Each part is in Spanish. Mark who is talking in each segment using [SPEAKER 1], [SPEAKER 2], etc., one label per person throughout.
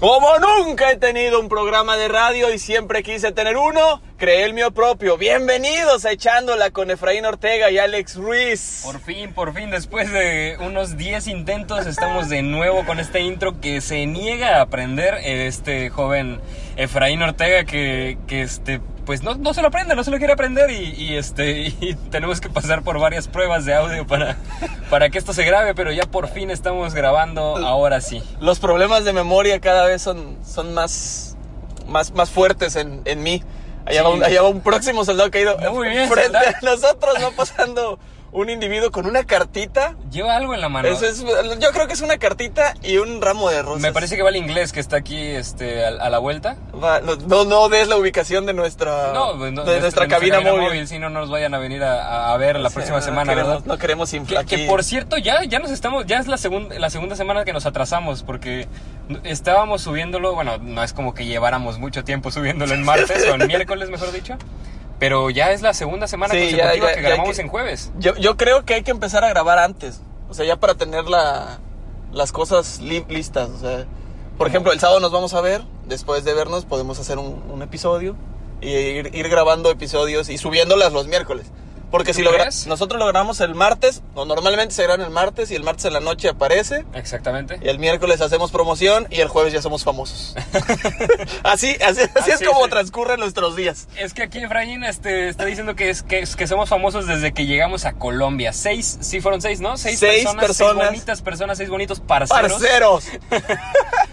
[SPEAKER 1] Como nunca he tenido un programa de radio y siempre quise tener uno, creé el mío propio. Bienvenidos a Echándola con Efraín Ortega y Alex Ruiz.
[SPEAKER 2] Por fin, por fin, después de unos 10 intentos, estamos de nuevo con este intro que se niega a aprender eh, este joven Efraín Ortega que, que este, pues no, no se lo aprende, no se lo quiere aprender y, y, este, y tenemos que pasar por varias pruebas de audio para, para que esto se grabe, pero ya por fin estamos grabando ahora sí.
[SPEAKER 1] Los problemas de memoria cada vez son, son más, más, más fuertes en, en mí. Allá,
[SPEAKER 2] Sí.
[SPEAKER 1] va un, allá va un próximo soldado caído
[SPEAKER 2] Muy bien,
[SPEAKER 1] frente
[SPEAKER 2] soldado.
[SPEAKER 1] a nosotros, va pasando un individuo con una cartita.
[SPEAKER 2] Lleva algo en la mano.
[SPEAKER 1] Eso es, yo creo que es una cartita y un ramo de rosas.
[SPEAKER 2] Me parece que va el inglés que está aquí este, a, a la vuelta.
[SPEAKER 1] Va, no, no, no des la ubicación de nuestra,
[SPEAKER 2] No,
[SPEAKER 1] Ah,
[SPEAKER 2] pues
[SPEAKER 1] de
[SPEAKER 2] no,
[SPEAKER 1] nuestra, cabina, móvil.
[SPEAKER 2] Si no, no nos vayan a venir a, a- a ver la próxima
[SPEAKER 1] Sí, no
[SPEAKER 2] semana,
[SPEAKER 1] queremos-
[SPEAKER 2] ¿verdad?
[SPEAKER 1] No queremos inflar.
[SPEAKER 2] Que, que,
[SPEAKER 1] aquí.
[SPEAKER 2] por cierto, ya, ya nos estamos, ya es la, segunda la segunda semana que nos atrasamos porque estábamos subiéndolo, bueno, no es como que lleváramos mucho tiempo subiéndolo en martes o en miércoles, mejor dicho, pero ya es la segunda semana
[SPEAKER 1] Sí, ya,
[SPEAKER 2] consecutiva
[SPEAKER 1] ya,
[SPEAKER 2] que
[SPEAKER 1] ya
[SPEAKER 2] grabamos
[SPEAKER 1] que-
[SPEAKER 2] en jueves.
[SPEAKER 1] yo, yo creo que hay que empezar a grabar antes. O sea, ya para tener la- las cosas li- listas. O sea, por ejemplo, el sábado nos vamos a ver. Después de vernos, podemos hacer un, un episodio y ir, ir grabando episodios y subiéndolas los miércoles. Porque
[SPEAKER 2] ¿Tú
[SPEAKER 1] si lo gra-
[SPEAKER 2] crees?
[SPEAKER 1] nosotros lo grabamos el martes, o normalmente se graban el martes y el martes en la noche aparece.
[SPEAKER 2] Exactamente.
[SPEAKER 1] Y el miércoles hacemos promoción y el jueves ya somos famosos. así, así, así es
[SPEAKER 2] Así
[SPEAKER 1] como
[SPEAKER 2] es.
[SPEAKER 1] transcurren nuestros días.
[SPEAKER 2] Es que aquí Efraín este, está diciendo que, es, que, es- que somos famosos desde que llegamos a Colombia. Seis, sí fueron seis, ¿no? Seis,
[SPEAKER 1] Seis personas.
[SPEAKER 2] Seis bonitas personas, seis bonitos parceros.
[SPEAKER 1] Parceros.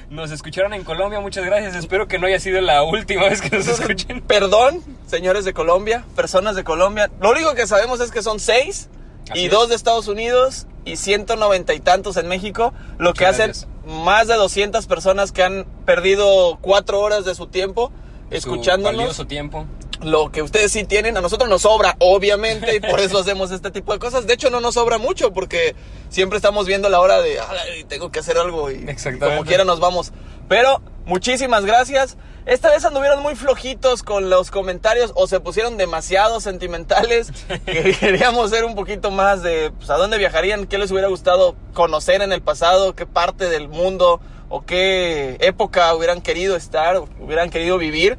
[SPEAKER 2] Nos escucharon en Colombia, muchas gracias. Espero que no haya sido la última vez que nos escuchen.
[SPEAKER 1] Perdón, señores de Colombia, personas de Colombia. Lo único que sabemos es que son seis
[SPEAKER 2] Así
[SPEAKER 1] y
[SPEAKER 2] es.
[SPEAKER 1] dos de Estados Unidos y 190 y tantos en México, lo que
[SPEAKER 2] Muchas
[SPEAKER 1] hacen
[SPEAKER 2] gracias.
[SPEAKER 1] más de 200 personas que han perdido cuatro horas de su tiempo
[SPEAKER 2] Su
[SPEAKER 1] escuchándonos.
[SPEAKER 2] valioso tiempo.
[SPEAKER 1] Lo que ustedes sí tienen, a nosotros nos sobra, obviamente, y por eso hacemos este tipo de cosas. De hecho, no nos sobra mucho porque siempre estamos viendo la hora de, "Ay, tengo que hacer algo y
[SPEAKER 2] Exactamente.
[SPEAKER 1] como quiera nos vamos. Pero muchísimas gracias. Esta vez anduvieron muy flojitos con los comentarios o se pusieron demasiado sentimentales. que Queríamos ser un poquito más de pues, a dónde viajarían, qué les hubiera gustado conocer en el pasado, qué parte del mundo o qué época hubieran querido estar, o hubieran querido vivir.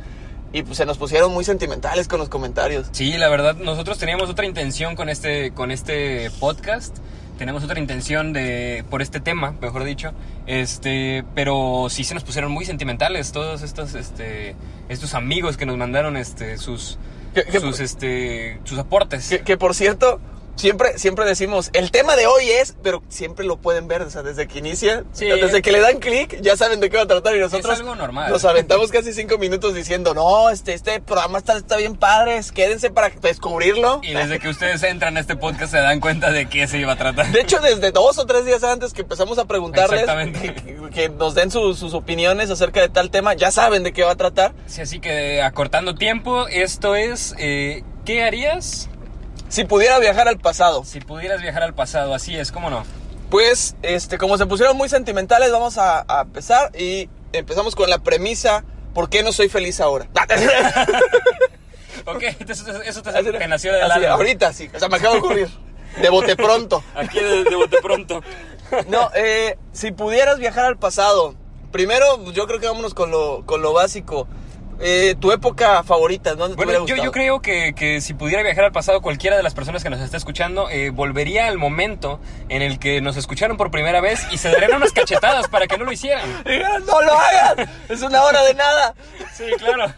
[SPEAKER 1] Y pues se nos pusieron muy sentimentales con los comentarios.
[SPEAKER 2] Sí, la verdad, nosotros teníamos otra intención con este, con este podcast. Tenemos otra intención de, por este tema, mejor dicho. Este, pero sí se nos pusieron muy sentimentales todos estos, este, estos amigos que nos mandaron este, sus,
[SPEAKER 1] ¿Qué- qué-
[SPEAKER 2] sus, este, sus aportes.
[SPEAKER 1] Que, que, por cierto, siempre, siempre decimos, el tema de hoy es, pero siempre lo pueden ver, o sea, desde que inicia,
[SPEAKER 2] Sí.
[SPEAKER 1] desde que le dan clic, ya saben de qué va a tratar y nosotros
[SPEAKER 2] algo normal.
[SPEAKER 1] nos aventamos casi cinco minutos diciendo, no, este, este programa está, está bien padre, quédense para descubrirlo.
[SPEAKER 2] Y desde que ustedes entran a este podcast se dan cuenta de qué se iba a tratar.
[SPEAKER 1] De hecho, desde dos o tres días antes que empezamos a preguntarles que,
[SPEAKER 2] Exactamente.
[SPEAKER 1] que nos den sus- sus opiniones acerca de tal tema, ya saben de qué va a tratar.
[SPEAKER 2] Sí, así que acortando tiempo, esto es eh, ¿Qué harías
[SPEAKER 1] Si pudiera viajar al pasado,
[SPEAKER 2] si pudieras viajar al pasado? Así es, ¿cómo no?
[SPEAKER 1] Pues, este, como se pusieron muy sentimentales, vamos a, a empezar y empezamos con la premisa, ¿por qué no soy feliz ahora?
[SPEAKER 2] Ok, eso, te- eso te,
[SPEAKER 1] Así,
[SPEAKER 2] te nació del
[SPEAKER 1] así,
[SPEAKER 2] alma.
[SPEAKER 1] Ahorita sí, o sea, me acaba de ocurrir. De bote pronto.
[SPEAKER 2] Aquí de, de bote pronto.
[SPEAKER 1] No, eh, si pudieras viajar al pasado, primero pues, yo creo que vámonos con lo, con lo básico. Eh, tu época favorita, ¿dónde te
[SPEAKER 2] Bueno,
[SPEAKER 1] hubiera
[SPEAKER 2] yo, yo
[SPEAKER 1] gustado?
[SPEAKER 2] creo que, que si pudiera viajar al pasado, cualquiera de las personas que nos está escuchando eh, volvería al momento en el que nos escucharon por primera vez y se darían unas cachetadas para que no lo hicieran.
[SPEAKER 1] ¡No lo hagas! Es una hora de nada.
[SPEAKER 2] Sí, claro.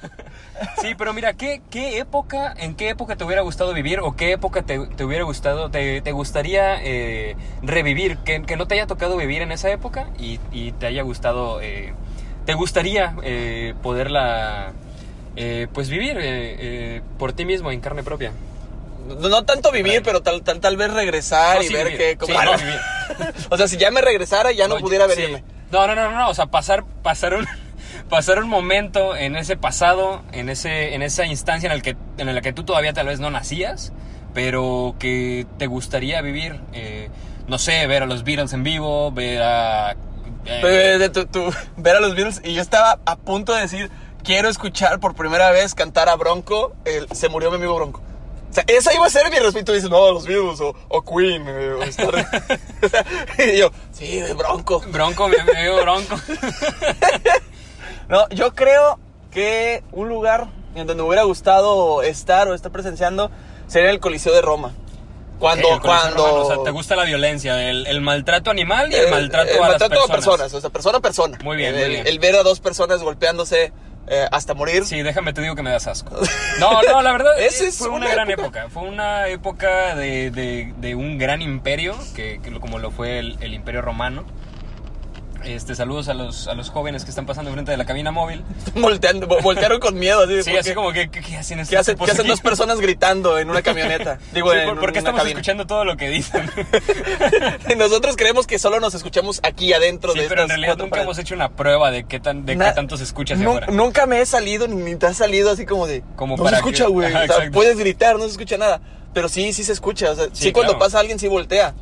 [SPEAKER 2] Sí, pero mira, ¿qué, qué época, en qué época te hubiera gustado vivir o qué época te, te hubiera gustado, te, te gustaría eh, revivir? Que, que no te haya tocado vivir en esa época y, y te haya gustado, eh, te gustaría eh, poderla, eh, pues vivir eh, eh, por ti mismo en carne propia.
[SPEAKER 1] No, no tanto vivir, pero tal, tal, tal vez regresar
[SPEAKER 2] No,
[SPEAKER 1] y
[SPEAKER 2] sí,
[SPEAKER 1] ver
[SPEAKER 2] vivir.
[SPEAKER 1] que...
[SPEAKER 2] Sí,
[SPEAKER 1] Ah,
[SPEAKER 2] no,
[SPEAKER 1] no.
[SPEAKER 2] vivir.
[SPEAKER 1] O sea, si ya me regresara, ya no,
[SPEAKER 2] yo-
[SPEAKER 1] pudiera
[SPEAKER 2] sí.
[SPEAKER 1] venirme.
[SPEAKER 2] No, no, no, no, no, o sea, pasar, pasar un, pasar un momento en ese pasado, en ese, en esa instancia en el que, en la que tú todavía tal vez no nacías, pero que te gustaría vivir, eh, no sé, ver a los Beatles en vivo, ver a, eh,
[SPEAKER 1] Eh, de tu- tu- ver a los Beatles y yo estaba a punto de decir, quiero escuchar por primera vez cantar a Bronco, el, se murió mi amigo Bronco. O sea, esa iba a ser mi respeto. Dices, no, los Beatles o, o Queen. eh, o Star- y yo, sí, de Bronco.
[SPEAKER 2] Eh, Bronco, mi amigo Bronco.
[SPEAKER 1] No, yo creo que un lugar en donde me hubiera gustado estar o estar presenciando sería el Coliseo de Roma. Cuando,
[SPEAKER 2] El coliseo
[SPEAKER 1] cuando.
[SPEAKER 2] romano, o sea, te gusta la violencia, el, el maltrato animal y el,
[SPEAKER 1] Eh,
[SPEAKER 2] maltrato
[SPEAKER 1] el
[SPEAKER 2] a las
[SPEAKER 1] maltrato
[SPEAKER 2] personas.
[SPEAKER 1] o sea, persona a persona.
[SPEAKER 2] Muy bien,
[SPEAKER 1] el,
[SPEAKER 2] muy bien.
[SPEAKER 1] el ver a dos personas golpeándose eh, hasta morir.
[SPEAKER 2] Sí, déjame te digo que me das asco. No, no, la verdad
[SPEAKER 1] Esa
[SPEAKER 2] eh,
[SPEAKER 1] es
[SPEAKER 2] fue una,
[SPEAKER 1] una
[SPEAKER 2] gran
[SPEAKER 1] época.
[SPEAKER 2] época. Fue una época de, de- de un gran imperio, que, que lo- como lo fue el, el imperio romano. Este, saludos a los, a los jóvenes que están pasando enfrente de la cabina móvil.
[SPEAKER 1] Volteando, vo- voltearon con miedo. Así, de,
[SPEAKER 2] Sí,
[SPEAKER 1] ¿por
[SPEAKER 2] así
[SPEAKER 1] qué?
[SPEAKER 2] como que, ¿qué, qué hacen
[SPEAKER 1] ¿Qué
[SPEAKER 2] estos
[SPEAKER 1] hacen,
[SPEAKER 2] tipos
[SPEAKER 1] qué hacen
[SPEAKER 2] aquí?
[SPEAKER 1] dos personas gritando en una camioneta? Digo,
[SPEAKER 2] Sí,
[SPEAKER 1] en
[SPEAKER 2] ¿por, por qué
[SPEAKER 1] una
[SPEAKER 2] estamos
[SPEAKER 1] cabina.
[SPEAKER 2] escuchando todo lo que dicen?
[SPEAKER 1] Nosotros creemos que solo nos escuchamos aquí adentro
[SPEAKER 2] Sí,
[SPEAKER 1] de
[SPEAKER 2] pero en
[SPEAKER 1] estas
[SPEAKER 2] realidad
[SPEAKER 1] cuatro
[SPEAKER 2] nunca
[SPEAKER 1] paredes.
[SPEAKER 2] hemos hecho una prueba de qué, tan, de
[SPEAKER 1] Na-
[SPEAKER 2] qué tanto se escucha hacia
[SPEAKER 1] Nun-
[SPEAKER 2] afuera.
[SPEAKER 1] Nunca me he salido ni ni te has salido así como de.
[SPEAKER 2] Como
[SPEAKER 1] no
[SPEAKER 2] para
[SPEAKER 1] se escucha,
[SPEAKER 2] que-
[SPEAKER 1] güey.
[SPEAKER 2] Ajá,
[SPEAKER 1] O sea,
[SPEAKER 2] exacto.
[SPEAKER 1] puedes gritar, no se escucha nada. Pero sí, sí se escucha. O sea, sí,
[SPEAKER 2] Sí,
[SPEAKER 1] cuando
[SPEAKER 2] claro.
[SPEAKER 1] pasa alguien sí voltea.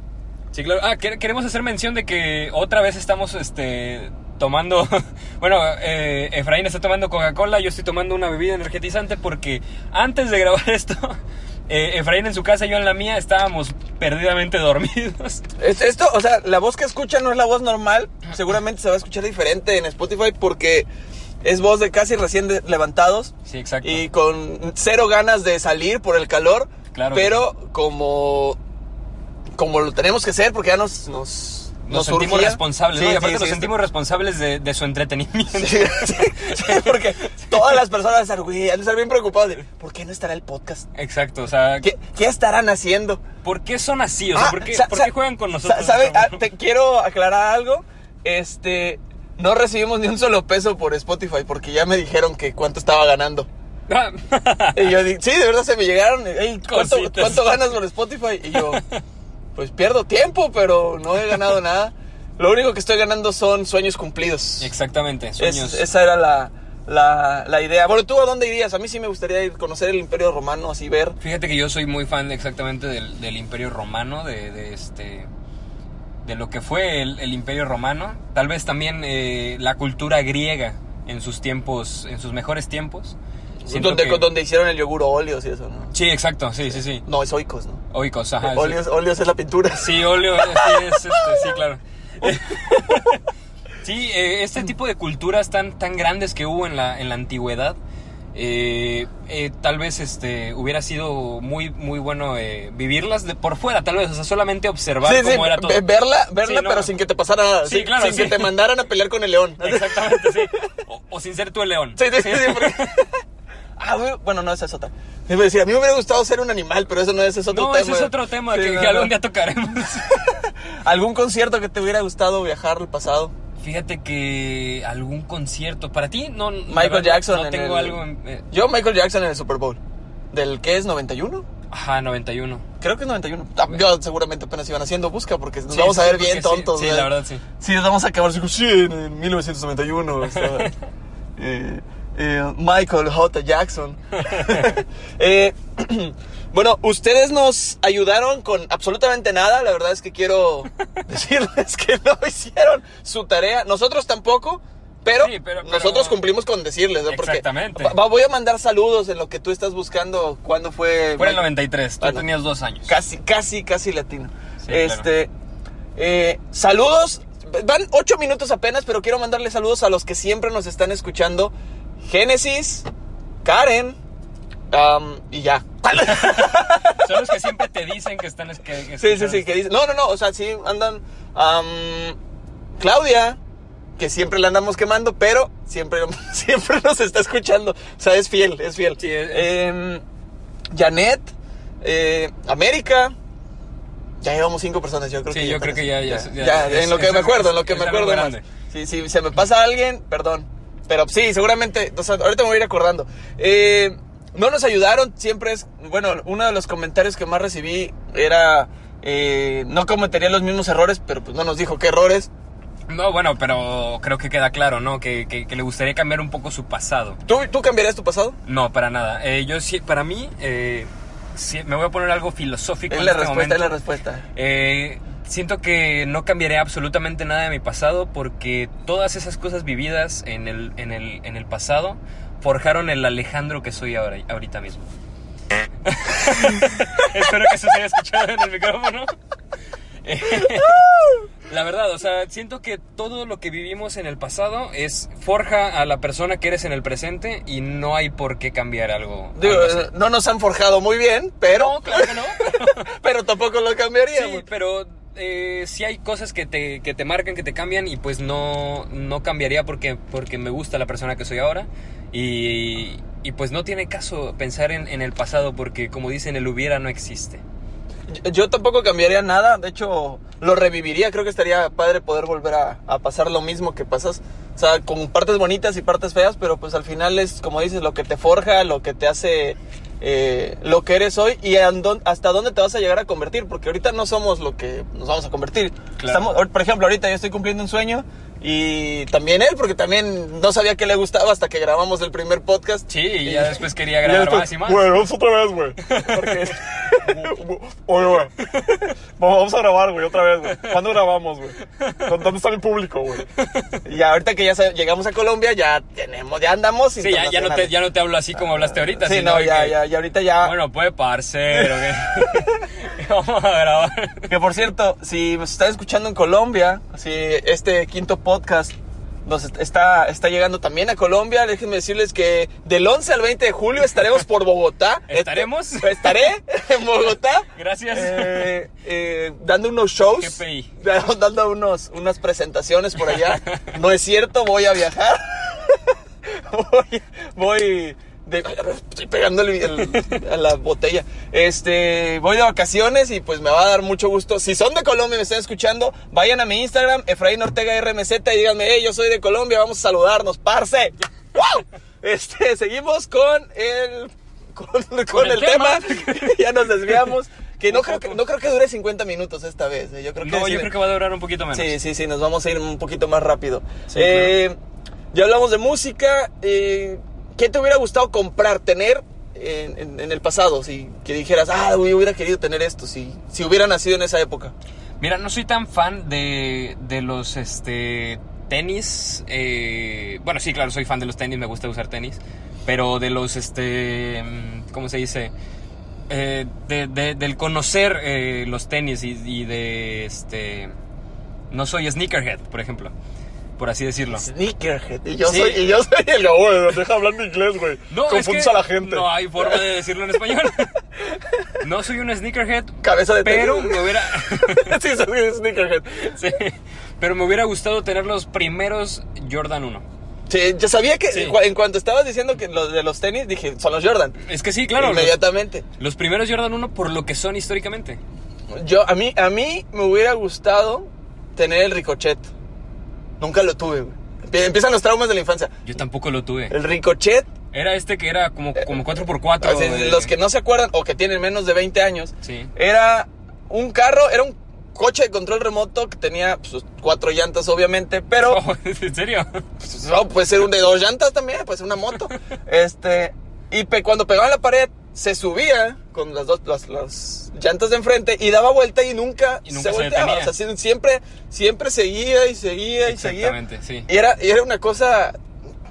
[SPEAKER 2] Sí, claro. Ah, quer- queremos hacer mención de que otra vez estamos este, tomando. Bueno, eh, Efraín está tomando Coca-Cola, yo estoy tomando una bebida energizante porque antes de grabar esto, eh, Efraín en su casa y yo en la mía estábamos perdidamente dormidos.
[SPEAKER 1] Es- Esto, o sea, la voz que escucha no es la voz normal. Seguramente se va a escuchar diferente en Spotify porque es voz de casi recién de- levantados
[SPEAKER 2] Sí, exacto.
[SPEAKER 1] y con cero ganas de salir por el calor.
[SPEAKER 2] Claro que
[SPEAKER 1] Pero como, como lo tenemos que ser porque ya nos. Nos,
[SPEAKER 2] nos, sentimos
[SPEAKER 1] urgía.
[SPEAKER 2] responsables, ¿no?
[SPEAKER 1] Sí,
[SPEAKER 2] Y aparte
[SPEAKER 1] sí,
[SPEAKER 2] nos
[SPEAKER 1] sí,
[SPEAKER 2] sentimos responsables de, de su entretenimiento.
[SPEAKER 1] Sí, sí, sí, porque todas las personas están, güey, han de estar bien preocupadas de, ¿por qué no estará el podcast?
[SPEAKER 2] Exacto, o sea,
[SPEAKER 1] ¿Qué, qué estarán haciendo?
[SPEAKER 2] ¿por qué son así? O sea,
[SPEAKER 1] Ah,
[SPEAKER 2] ¿por qué,
[SPEAKER 1] sa-
[SPEAKER 2] por
[SPEAKER 1] sa-
[SPEAKER 2] qué juegan con
[SPEAKER 1] sa-
[SPEAKER 2] nosotros?
[SPEAKER 1] ¿Sabe? Ah, te quiero aclarar algo. Este, no recibimos ni un solo peso por Spotify porque ya me dijeron que cuánto estaba ganando.
[SPEAKER 2] Ah,
[SPEAKER 1] Y yo dije, sí, de verdad se me llegaron. "Ey, ¿cuánto,
[SPEAKER 2] Cositas.
[SPEAKER 1] cuánto ganas por Spotify? Y yo, pues pierdo tiempo, pero no he ganado nada. Lo único que estoy ganando son sueños cumplidos.
[SPEAKER 2] Exactamente,
[SPEAKER 1] Es-
[SPEAKER 2] sueños.
[SPEAKER 1] esa era la, la- la idea. Bueno, ¿tú a dónde irías? A mí sí me gustaría ir conocer el Imperio Romano, así ver.
[SPEAKER 2] Fíjate que yo soy muy fan de- exactamente del, del Imperio Romano, de, de este de lo que fue el, el Imperio Romano, tal vez también eh, la cultura griega en sus tiempos, en sus mejores tiempos. Siento
[SPEAKER 1] Donde,
[SPEAKER 2] que-
[SPEAKER 1] donde hicieron el yogur óleos y eso, ¿no?
[SPEAKER 2] Sí, exacto, sí, sí, sí.
[SPEAKER 1] No, es oikos, ¿no?
[SPEAKER 2] Oikos, ajá. sí.
[SPEAKER 1] óleos, óleos es la pintura.
[SPEAKER 2] Sí, óleo, eh, sí, es, este, sí, claro. Sí, eh, este tipo de culturas tan, tan grandes que hubo en la, en la antigüedad, eh, eh, tal vez este, hubiera sido muy, muy bueno eh, vivirlas de por fuera, tal vez, o sea, solamente observar
[SPEAKER 1] Sí, sí,
[SPEAKER 2] cómo era todo.
[SPEAKER 1] ve- verla, verla
[SPEAKER 2] Sí, no.
[SPEAKER 1] pero sin que te pasara nada.
[SPEAKER 2] Sí,
[SPEAKER 1] sin-
[SPEAKER 2] claro,
[SPEAKER 1] Sin que
[SPEAKER 2] sí.
[SPEAKER 1] te mandaran a pelear con el león.
[SPEAKER 2] Exactamente, sí. O, o sin ser tú el león.
[SPEAKER 1] Sí, sí, sí, sí, porque- Ah, güey, bueno, no, esa es otra. Iba a decir, a mí me hubiera gustado ser un animal, pero eso no es, es otro
[SPEAKER 2] No,
[SPEAKER 1] tema.
[SPEAKER 2] ese es otro tema
[SPEAKER 1] Sí,
[SPEAKER 2] que,
[SPEAKER 1] no,
[SPEAKER 2] que
[SPEAKER 1] no.
[SPEAKER 2] algún día tocaremos.
[SPEAKER 1] ¿Algún concierto que te hubiera gustado viajar al pasado?
[SPEAKER 2] Fíjate que algún concierto, para ti, no. la
[SPEAKER 1] Michael
[SPEAKER 2] verdad,
[SPEAKER 1] Jackson.
[SPEAKER 2] No
[SPEAKER 1] en
[SPEAKER 2] tengo
[SPEAKER 1] el-
[SPEAKER 2] algo. en- eh,
[SPEAKER 1] Yo, Michael Jackson en el Super Bowl. ¿Del qué es? ¿91?
[SPEAKER 2] ajá, 91.
[SPEAKER 1] Creo que es 91. Ah, Yo seguramente apenas iban haciendo busca porque nos
[SPEAKER 2] Sí,
[SPEAKER 1] vamos a
[SPEAKER 2] sí,
[SPEAKER 1] ver
[SPEAKER 2] porque
[SPEAKER 1] bien
[SPEAKER 2] sí,
[SPEAKER 1] tontos.
[SPEAKER 2] Sí,
[SPEAKER 1] ¿verdad?
[SPEAKER 2] la verdad sí.
[SPEAKER 1] Sí, nos vamos a acabar así como, sí, en, en 1991. o sea, eh, eh, Michael J. Jackson. Eh, bueno, ustedes nos ayudaron con absolutamente nada. La verdad es que quiero decirles que no hicieron su tarea. Nosotros tampoco. Pero,
[SPEAKER 2] Sí, pero- pero-
[SPEAKER 1] nosotros cumplimos con decirles, ¿no? Porque
[SPEAKER 2] Exactamente.
[SPEAKER 1] va- voy a mandar saludos en lo que tú estás buscando. ¿Cuándo fue?
[SPEAKER 2] Fue
[SPEAKER 1] Michael?
[SPEAKER 2] en el 93, tú
[SPEAKER 1] Bueno.
[SPEAKER 2] tenías dos años.
[SPEAKER 1] Casi, casi, casi latino.
[SPEAKER 2] Sí,
[SPEAKER 1] este. eh, saludos. Van ocho minutos apenas, pero quiero mandarle saludos a los que siempre nos están escuchando. Génesis, Karen. am, y ya.
[SPEAKER 2] Son los que siempre te dicen que están... es- Que,
[SPEAKER 1] Sí,
[SPEAKER 2] que
[SPEAKER 1] sí,
[SPEAKER 2] escucharon.
[SPEAKER 1] sí, que dice. No, no, no. O sea, sí andan. am, Claudia, que siempre la andamos quemando, pero siempre, siempre nos está escuchando. O sea, es fiel, es fiel.
[SPEAKER 2] Sí, es- es-
[SPEAKER 1] Em, Janet, eh, América. Ya llevamos cinco personas, yo creo
[SPEAKER 2] Sí,
[SPEAKER 1] que
[SPEAKER 2] yo
[SPEAKER 1] con
[SPEAKER 2] creo que
[SPEAKER 1] eso.
[SPEAKER 2] ya- ya- ya-
[SPEAKER 1] Ya,
[SPEAKER 2] es-
[SPEAKER 1] en lo que
[SPEAKER 2] es-
[SPEAKER 1] me acuerdo, en lo que
[SPEAKER 2] es
[SPEAKER 1] me
[SPEAKER 2] algo
[SPEAKER 1] acuerdo. más.
[SPEAKER 2] grande.
[SPEAKER 1] Sí, sí, se me pasa alguien, perdón. Pero sí, seguramente, o sea, ahorita me voy a ir acordando. Eh, no nos ayudaron, siempre es, bueno, uno de los comentarios que más recibí era, eh, no cometería los mismos errores, pero pues no nos dijo qué errores.
[SPEAKER 2] No, bueno, pero creo que queda claro, ¿no? Que, que, que le gustaría cambiar un poco su pasado.
[SPEAKER 1] ¿Tú, tú cambiarías tu pasado?
[SPEAKER 2] No, para nada. Eh, yo sí, para mí, eh, sí, me voy a poner algo filosófico
[SPEAKER 1] Es
[SPEAKER 2] en
[SPEAKER 1] la
[SPEAKER 2] este
[SPEAKER 1] respuesta, es
[SPEAKER 2] momento.
[SPEAKER 1] la respuesta.
[SPEAKER 2] Eh, siento que no cambiaré absolutamente nada de mi pasado porque todas esas cosas vividas en el, en el, en el pasado forjaron el Alejandro que soy ahora, ahorita mismo. Espero que eso se haya escuchado en el micrófono. La verdad, o sea, siento que todo lo que vivimos en el pasado es forja a la persona que eres en el presente y no hay por qué cambiar algo.
[SPEAKER 1] Digo,
[SPEAKER 2] algo así.
[SPEAKER 1] eh, no nos han forjado muy bien, pero,
[SPEAKER 2] Ah, no, claro que no. pero-
[SPEAKER 1] pero tampoco lo cambiaríamos.
[SPEAKER 2] sí, pero eh, sí hay cosas que te, que te marcan, que te cambian y pues no, no cambiaría porque, porque me gusta la persona que soy ahora. Y, y, pues no tiene caso pensar en, en el pasado porque como dicen, el hubiera no existe.
[SPEAKER 1] Yo- Yo tampoco cambiaría nada, de hecho lo reviviría, creo que estaría padre poder volver a, a pasar lo mismo que pasas, o sea, con partes bonitas y partes feas, pero pues al final es como dices, lo que te forja, lo que te hace eh, lo que eres hoy y en dón- hasta dónde te vas a llegar a convertir, porque ahorita no somos lo que nos vamos a convertir.
[SPEAKER 2] Claro.
[SPEAKER 1] Estamos, ahor- por ejemplo, ahorita yo estoy cumpliendo un sueño y también él, porque también no sabía que le gustaba hasta que grabamos el primer podcast.
[SPEAKER 2] Sí, y ya después quería grabar más y más.
[SPEAKER 3] Güey, vamos otra vez, güey. Porque. Oye, güey. Vamos vamos a grabar, güey, otra vez, güey. ¿Cuándo grabamos, güey? ¿Dónde está mi público, güey?
[SPEAKER 1] Y ahorita que ya sa- llegamos a Colombia, ya tenemos, ya andamos.
[SPEAKER 2] Sí, ya, ya no te, ya no te hablo así como hablaste ahorita.
[SPEAKER 1] Sí,
[SPEAKER 2] sino
[SPEAKER 1] no, ya,
[SPEAKER 2] que-
[SPEAKER 1] ya, ya ahorita ya.
[SPEAKER 2] Bueno, pues, parcero, que vamos a grabar.
[SPEAKER 1] Que por cierto, si nos están escuchando en Colombia, si este quinto podcast nos est- está, está llegando también a Colombia, déjenme decirles que del 11 al 20 de julio estaremos por Bogotá.
[SPEAKER 2] ¿Estaremos?
[SPEAKER 1] Este- estaré en Bogotá.
[SPEAKER 2] Gracias.
[SPEAKER 1] Eh, eh, dando unos shows.
[SPEAKER 2] GPI.
[SPEAKER 1] Dando unos, unas presentaciones por allá. No es cierto, voy a viajar. voy, voy de- estoy pegando el- el- a la botella. Este, voy de vacaciones y pues me va a dar mucho gusto. Si son de Colombia y me están escuchando, vayan a mi Instagram, Efraín Ortega RMZ, y díganme, hey, yo soy de Colombia, vamos a saludarnos, parce. ¡Wow! Este, seguimos con el con, con
[SPEAKER 2] Con
[SPEAKER 1] el,
[SPEAKER 2] el
[SPEAKER 1] tema.
[SPEAKER 2] tema.
[SPEAKER 1] ya nos desviamos. Que no
[SPEAKER 2] Un
[SPEAKER 1] creo que,
[SPEAKER 2] poco.
[SPEAKER 1] no creo que dure 50 minutos esta vez. eh. Yo creo que
[SPEAKER 2] No,
[SPEAKER 1] sí-
[SPEAKER 2] yo creo que va a durar un poquito menos.
[SPEAKER 1] Sí, sí, sí, nos vamos a ir un poquito más rápido.
[SPEAKER 2] Sí,
[SPEAKER 1] Eh, Ya hablamos de música. eh, ¿Qué te hubiera gustado comprar, tener en, en- en el pasado? Si que dijeras, ah, güey, hubiera querido tener esto, si, si hubiera nacido en esa época.
[SPEAKER 2] Mira, no soy tan fan de, de los este, tenis. eh, bueno, sí, claro, soy fan de los tenis, me gusta usar tenis. Pero de los, este, mm, ¿cómo se dice? Eh, de- de- del conocer eh, los tenis y, y de, este... No soy sneakerhead, por ejemplo, por así decirlo.
[SPEAKER 1] Sneakerhead. Y yo,
[SPEAKER 2] Ah. Sí.
[SPEAKER 1] soy, y yo soy el
[SPEAKER 3] Venga, güey, deja hablar en inglés, güey.
[SPEAKER 2] es
[SPEAKER 3] Confundes
[SPEAKER 2] que
[SPEAKER 3] a la gente.
[SPEAKER 2] No ah. hay forma de decirlo en español. No soy un sneakerhead,
[SPEAKER 1] cabeza de
[SPEAKER 2] pero
[SPEAKER 1] tenis.
[SPEAKER 2] me hubiera...
[SPEAKER 1] sí, soy sneakerhead.
[SPEAKER 2] Sí. Pero me hubiera gustado tener los primeros Jordan 1.
[SPEAKER 1] Sí, yo sabía que
[SPEAKER 2] Sí.
[SPEAKER 1] en cuanto estabas diciendo que lo de los tenis, dije, son los Jordan.
[SPEAKER 2] Es que sí, claro. Los,
[SPEAKER 1] Inmediatamente.
[SPEAKER 2] los primeros Jordan 1 por lo que son históricamente.
[SPEAKER 1] Yo, a mí, a mí me hubiera gustado tener el ricochet. Nunca lo tuve, güey. Empie- Empiezan los traumas de la infancia.
[SPEAKER 2] Yo tampoco lo tuve.
[SPEAKER 1] El ricochet,
[SPEAKER 2] Era este que era como, como 4x4.
[SPEAKER 1] así,
[SPEAKER 2] eh,
[SPEAKER 1] los que no se acuerdan o que tienen menos de 20 años,
[SPEAKER 2] Sí.
[SPEAKER 1] era un carro, era un coche de control remoto que tenía pues, sus cuatro llantas, obviamente, pero
[SPEAKER 2] Oh, ¿En serio?
[SPEAKER 1] pues, no, puede ser un de dos llantas también, puede ser una moto. Este, y pe- cuando pegaba en la pared, se subía con las dos las, las llantas de enfrente y daba vuelta y nunca,
[SPEAKER 2] Y
[SPEAKER 1] se
[SPEAKER 2] nunca se
[SPEAKER 1] volteaba.
[SPEAKER 2] detenía.
[SPEAKER 1] o sea, sie- siempre, siempre seguía y seguía y seguía.
[SPEAKER 2] Exactamente, sí.
[SPEAKER 1] Y era, y era una cosa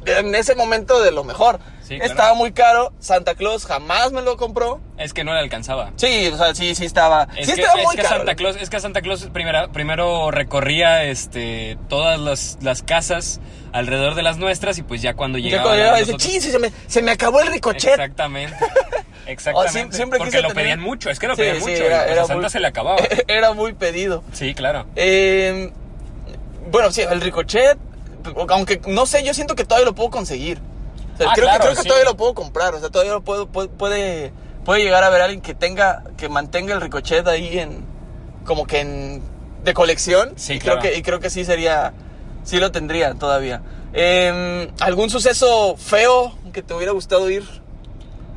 [SPEAKER 1] en ese momento de lo mejor.
[SPEAKER 2] Sí, claro.
[SPEAKER 1] Estaba muy caro, Santa Claus jamás me lo compró.
[SPEAKER 2] Es que no le alcanzaba.
[SPEAKER 1] Sí, o sea, sí, sí estaba.
[SPEAKER 2] Es,
[SPEAKER 1] sí
[SPEAKER 2] que,
[SPEAKER 1] estaba
[SPEAKER 2] es
[SPEAKER 1] muy
[SPEAKER 2] que
[SPEAKER 1] caro.
[SPEAKER 2] Santa Claus, es que Santa Claus primera- primero recorría este, todas las, las casas alrededor de las nuestras y pues ya cuando
[SPEAKER 1] Y
[SPEAKER 2] llegaba...
[SPEAKER 1] yo cuando
[SPEAKER 2] a
[SPEAKER 1] llegaba
[SPEAKER 2] las
[SPEAKER 1] decía,
[SPEAKER 2] otras-
[SPEAKER 1] "Chin, se me, se me acabó el ricochet.
[SPEAKER 2] Exactamente.
[SPEAKER 1] O
[SPEAKER 2] Exactamente.
[SPEAKER 1] siem- Oh, siempre
[SPEAKER 2] Porque
[SPEAKER 1] quise
[SPEAKER 2] lo
[SPEAKER 1] tener-
[SPEAKER 2] pedían mucho, es que lo
[SPEAKER 1] Sí,
[SPEAKER 2] pedían
[SPEAKER 1] sí,
[SPEAKER 2] mucho. y
[SPEAKER 1] era-
[SPEAKER 2] pues
[SPEAKER 1] era
[SPEAKER 2] a Santa
[SPEAKER 1] muy-
[SPEAKER 2] se le acababa.
[SPEAKER 1] Era muy pedido.
[SPEAKER 2] Sí, claro.
[SPEAKER 1] Eh, bueno, sí, el ricochet, aunque no sé, yo siento que todavía lo puedo conseguir. O sea,
[SPEAKER 2] Ah,
[SPEAKER 1] creo,
[SPEAKER 2] claro,
[SPEAKER 1] que, creo que
[SPEAKER 2] sí.
[SPEAKER 1] todavía lo puedo comprar, o sea, todavía lo puedo, puede, puede, puede llegar a ver a alguien que tenga, que mantenga el ricochet ahí en, como que en, de colección.
[SPEAKER 2] Sí,
[SPEAKER 1] y
[SPEAKER 2] claro.
[SPEAKER 1] Creo que, y creo que sí sería, sí lo tendría todavía. Eh, ¿Algún suceso feo que te hubiera gustado ir?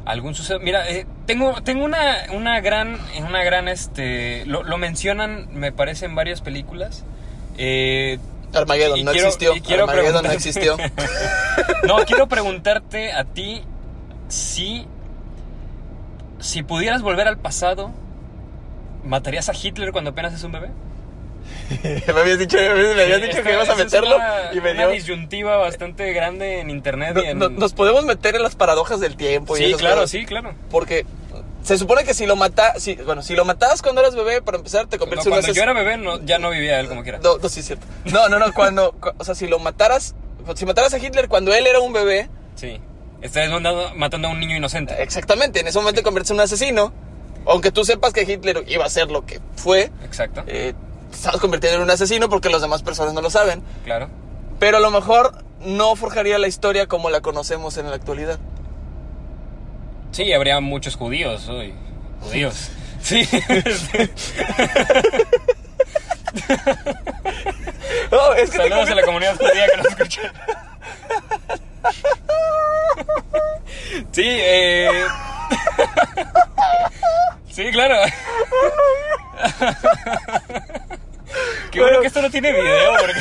[SPEAKER 2] Algún suceso. Mira, eh, tengo, tengo una, una gran. Una gran este, lo, lo mencionan, me parece, en varias películas. Eh,
[SPEAKER 1] Armageddon,
[SPEAKER 2] Y
[SPEAKER 1] no
[SPEAKER 2] quiero-
[SPEAKER 1] existió.
[SPEAKER 2] y quiero
[SPEAKER 1] Armageddon no
[SPEAKER 2] preguntar-
[SPEAKER 1] existió.
[SPEAKER 2] no, quiero preguntarte a ti si. Si pudieras volver al pasado, ¿matarías a Hitler cuando apenas es un bebé?
[SPEAKER 1] me habías dicho, me habías dicho
[SPEAKER 2] Esta-
[SPEAKER 1] que ibas a
[SPEAKER 2] esta es
[SPEAKER 1] meterlo
[SPEAKER 2] una-
[SPEAKER 1] y me
[SPEAKER 2] una
[SPEAKER 1] dio...
[SPEAKER 2] disyuntiva bastante grande en internet. y
[SPEAKER 1] No-
[SPEAKER 2] en-
[SPEAKER 1] no- nos podemos meter en las paradojas del tiempo. y
[SPEAKER 2] sí,
[SPEAKER 1] esas
[SPEAKER 2] claro,
[SPEAKER 1] cosas,
[SPEAKER 2] sí, claro.
[SPEAKER 1] Porque Se supone que si lo mata, si, bueno, si lo matabas cuando eras bebé, para empezar, te
[SPEAKER 2] No,
[SPEAKER 1] conviertes en un
[SPEAKER 2] cuando
[SPEAKER 1] ases-
[SPEAKER 2] yo era bebé no, ya no vivía él como quiera.
[SPEAKER 1] No, no, sí es cierto. No, no, no, cuando, cu- o sea, si lo mataras, si mataras a Hitler cuando él era un bebé,
[SPEAKER 2] Sí. Estás mandando- matando a un niño inocente.
[SPEAKER 1] exactamente, en ese momento te conviertes en un asesino. Aunque tú sepas que Hitler iba a ser lo que fue,
[SPEAKER 2] Exacto.
[SPEAKER 1] eh, te estás convirtiendo en un asesino porque las demás personas no lo saben.
[SPEAKER 2] Claro.
[SPEAKER 1] Pero a lo mejor no forjaría la historia como la conocemos en la actualidad.
[SPEAKER 2] Sí, habría muchos judíos hoy. Judíos. Sí.
[SPEAKER 1] No, es que te
[SPEAKER 2] Saludos a la comunidad judía que nos escucha. Sí, eh. Sí, claro. Qué bueno que esto no tiene video, porque.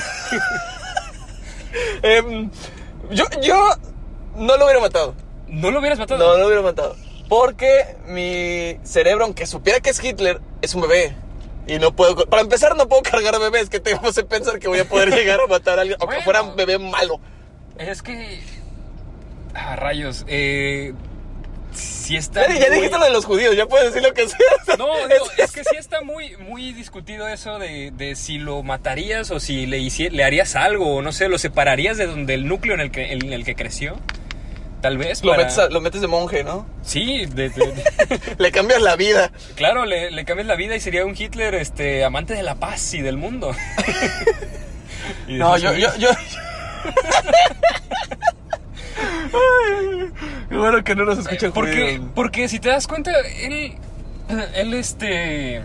[SPEAKER 1] Em, yo, yo no lo hubiera matado.
[SPEAKER 2] No lo hubieras matado.
[SPEAKER 1] No, no lo hubiera matado. Porque mi cerebro, aunque supiera que es Hitler, es un bebé. Y no puedo. co- Para empezar, no puedo cargar bebés. Que te vamos a pensar que voy a poder llegar a matar a alguien. Aunque
[SPEAKER 2] Bueno.
[SPEAKER 1] fuera un bebé malo.
[SPEAKER 2] Es que. Ah, rayos. Eh. Si está.
[SPEAKER 1] Ya, ya
[SPEAKER 2] muy-
[SPEAKER 1] dijiste lo de los judíos. Ya puedes decir lo que sea.
[SPEAKER 2] No, no, es que sí está muy, muy discutido eso de, de si lo matarías o si le, hici- le harías algo, o no sé, lo separarías de donde el núcleo en el que, en el que creció. Tal vez.
[SPEAKER 1] Lo,
[SPEAKER 2] para-
[SPEAKER 1] metes a- lo metes de monje, ¿no?
[SPEAKER 2] Sí, de- de- de-
[SPEAKER 1] Le cambias la vida.
[SPEAKER 2] claro, le, le cambias la vida y sería un Hitler este, amante de la paz y del mundo. Y
[SPEAKER 1] No,
[SPEAKER 2] después-
[SPEAKER 1] yo, yo, yo. Ay, qué bueno que no nos escuchan
[SPEAKER 2] Porque,
[SPEAKER 1] judíos.
[SPEAKER 2] porque si te das cuenta, él. Él, este.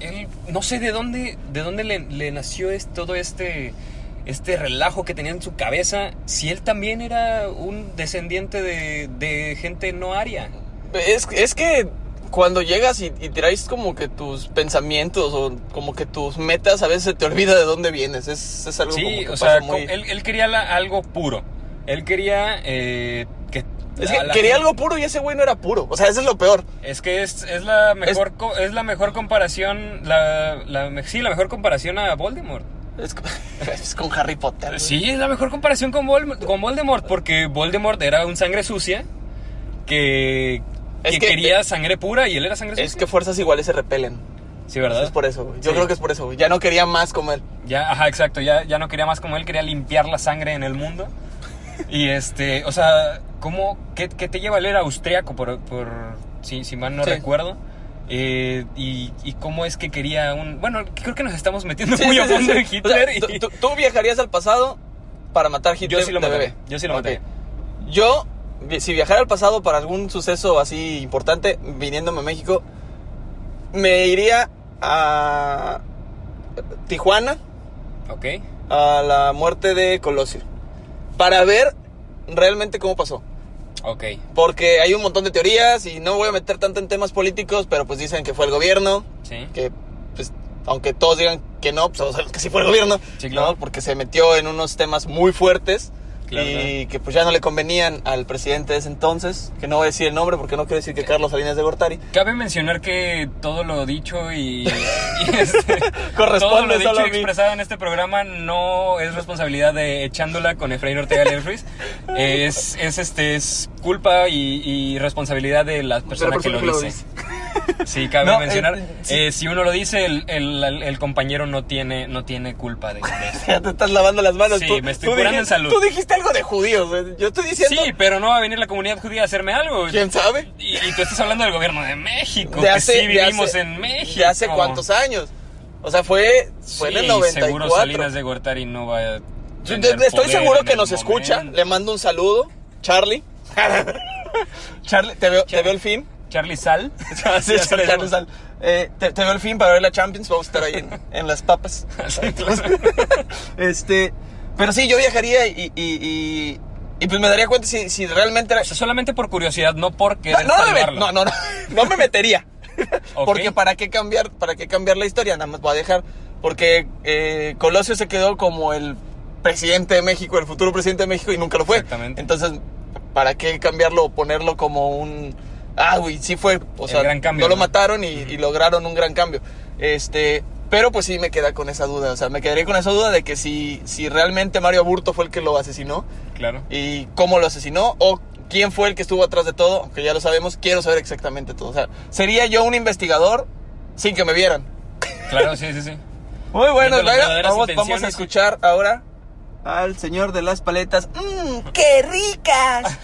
[SPEAKER 2] Él. No sé de dónde. De dónde le, le nació es- todo este. Este relajo que tenía en su cabeza. Si él también era un descendiente de, de gente no aria.
[SPEAKER 1] Es, es que cuando llegas y, y traes como que tus pensamientos o como que tus metas, a veces se te olvida de dónde vienes. Es, es algo como
[SPEAKER 2] Sí,
[SPEAKER 1] que
[SPEAKER 2] o
[SPEAKER 1] pasa
[SPEAKER 2] sea,
[SPEAKER 1] muy...
[SPEAKER 2] co- él, él quería la- algo puro. Él quería. eh, que.
[SPEAKER 1] Es
[SPEAKER 2] a
[SPEAKER 1] que
[SPEAKER 2] la
[SPEAKER 1] quería
[SPEAKER 2] gente-
[SPEAKER 1] algo puro y ese güey no era puro. O sea, eso es lo peor.
[SPEAKER 2] Es que es, es la mejor co- es la mejor comparación la, la me- sí la mejor comparación a Voldemort.
[SPEAKER 1] Es, co- es con Harry Potter. güey.
[SPEAKER 2] Sí, es la mejor comparación con, Vol- con Voldemort, porque Voldemort era un sangre sucia que,
[SPEAKER 1] Es
[SPEAKER 2] que
[SPEAKER 1] que-
[SPEAKER 2] quería sangre pura y él era sangre sucia.
[SPEAKER 1] Es que fuerzas iguales se repelen.
[SPEAKER 2] sí, ¿verdad?
[SPEAKER 1] Es por eso, güey. Yo
[SPEAKER 2] Sí.
[SPEAKER 1] creo que es por eso, güey. Ya no quería más como él.
[SPEAKER 2] Ya, ajá, exacto, ya, ya no quería más como él, quería limpiar la sangre en el mundo. Y este, o sea, ¿cómo, qué, qué te lleva a leer austriaco, por, por, si, si mal no
[SPEAKER 1] Sí.
[SPEAKER 2] recuerdo? Eh, y, y cómo es que quería un... Bueno, creo que nos estamos metiendo
[SPEAKER 1] Sí,
[SPEAKER 2] muy
[SPEAKER 1] sí,
[SPEAKER 2] a
[SPEAKER 1] sí,
[SPEAKER 2] fondo
[SPEAKER 1] sí.
[SPEAKER 2] en
[SPEAKER 1] O sea,
[SPEAKER 2] Hitler. y-
[SPEAKER 1] tú, tú- tú viajarías al pasado para matar a Hitler
[SPEAKER 2] yo sí lo
[SPEAKER 1] de
[SPEAKER 2] maté,
[SPEAKER 1] bebé.
[SPEAKER 2] yo sí lo
[SPEAKER 1] Ok.
[SPEAKER 2] maté.
[SPEAKER 1] Yo, vi- si viajara al pasado para algún suceso así importante, viniéndome a México, me iría a Tijuana,
[SPEAKER 2] Ok.
[SPEAKER 1] a la muerte de Colosio, para ver realmente cómo pasó.
[SPEAKER 2] Ok.
[SPEAKER 1] Porque hay un montón de teorías y no me voy a meter tanto en temas políticos, pero pues dicen que fue el gobierno,
[SPEAKER 2] Sí.
[SPEAKER 1] que pues, aunque todos digan que no, pues todos sabemos que sí fue el gobierno,
[SPEAKER 2] Sí, claro.
[SPEAKER 1] ¿no? porque se metió en unos temas muy fuertes
[SPEAKER 2] Claro,
[SPEAKER 1] y que pues ya no le convenían al presidente de ese entonces, que no voy a decir el nombre porque no quiero decir que Carlos Salinas de Gortari.
[SPEAKER 2] Cabe mencionar que todo lo dicho y, y este,
[SPEAKER 1] Corresponde
[SPEAKER 2] todo lo
[SPEAKER 1] solo
[SPEAKER 2] dicho
[SPEAKER 1] a
[SPEAKER 2] y
[SPEAKER 1] mí.
[SPEAKER 2] expresado en este programa no es responsabilidad de echándola con Efraín Ortega y Ruiz. Eh, es, es, este, es culpa y, y responsabilidad de la persona,
[SPEAKER 1] persona
[SPEAKER 2] que lo dice. Sí, cabe
[SPEAKER 1] No,
[SPEAKER 2] mencionar.
[SPEAKER 1] eh,
[SPEAKER 2] eh, si uno lo dice, el, el- el compañero no tiene, no tiene culpa de, de eso.
[SPEAKER 1] Ya te estás lavando las manos.
[SPEAKER 2] Sí,
[SPEAKER 1] tú,
[SPEAKER 2] me estoy
[SPEAKER 1] tú
[SPEAKER 2] curando
[SPEAKER 1] dijiste,
[SPEAKER 2] en salud.
[SPEAKER 1] Tú dijiste algo de judíos, eh. yo estoy diciendo,
[SPEAKER 2] Sí, pero no va a venir la comunidad judía a hacerme algo.
[SPEAKER 1] ¿quién sabe?
[SPEAKER 2] Y, y tú estás hablando del gobierno de México,
[SPEAKER 1] De
[SPEAKER 2] que
[SPEAKER 1] hace-
[SPEAKER 2] sí
[SPEAKER 1] de hace-
[SPEAKER 2] vivimos en México.
[SPEAKER 1] ¿De hace cuántos años? O sea, fue, fue en el
[SPEAKER 2] Sí,
[SPEAKER 1] 94.
[SPEAKER 2] seguro Salinas de Gortari no va a
[SPEAKER 1] Yo-
[SPEAKER 2] tener
[SPEAKER 1] Estoy
[SPEAKER 2] poder
[SPEAKER 1] seguro
[SPEAKER 2] en
[SPEAKER 1] que
[SPEAKER 2] el
[SPEAKER 1] nos escucha.
[SPEAKER 2] momento.
[SPEAKER 1] Le mando un saludo. Charlie. Charlie, te veo, te veo el fin.
[SPEAKER 2] Charlie Sal.
[SPEAKER 1] Sí,
[SPEAKER 2] Así le
[SPEAKER 1] Charlie
[SPEAKER 2] decimos.
[SPEAKER 1] Sal. Eh, te, te veo el fin para ver la Champions. Vamos a estar ahí en, en las papas.
[SPEAKER 2] Sí, claro.
[SPEAKER 1] Este, pero sí, yo viajaría y, y, y, y pues me daría cuenta si, si realmente era.
[SPEAKER 2] O sea, solamente por curiosidad, no por
[SPEAKER 1] No,
[SPEAKER 2] querer
[SPEAKER 1] no, me, met-
[SPEAKER 2] salvarlo.
[SPEAKER 1] no, no, no, no me metería.
[SPEAKER 2] Ok.
[SPEAKER 1] Porque para qué cambiar, para qué cambiar la historia, nada más voy a dejar. Porque eh, Colosio se quedó como el presidente de México, el futuro presidente de México, y nunca lo fue.
[SPEAKER 2] Exactamente.
[SPEAKER 1] Entonces, ¿para qué cambiarlo o ponerlo como un. Ah, güey, sí fue. O
[SPEAKER 2] El
[SPEAKER 1] sea,
[SPEAKER 2] gran cambio,
[SPEAKER 1] no lo
[SPEAKER 2] ¿no?
[SPEAKER 1] mataron y, y lograron un gran cambio. Este. Pero pues sí me queda con esa duda. O sea, me quedaría con esa duda de que si, si realmente Mario Aburto fue el que lo asesinó
[SPEAKER 2] Claro.
[SPEAKER 1] y cómo lo asesinó o quién fue el que estuvo atrás de todo, aunque ya lo sabemos, quiero saber exactamente todo. O sea, sería yo un investigador sin que me vieran.
[SPEAKER 2] Claro, sí, sí, sí.
[SPEAKER 1] Muy bueno,
[SPEAKER 2] Viendo las
[SPEAKER 1] Laira,
[SPEAKER 2] verdaderas
[SPEAKER 1] vamos, vamos a
[SPEAKER 2] intenciones.
[SPEAKER 1] escuchar ahora al señor de las paletas. ¡Mmm, qué ricas!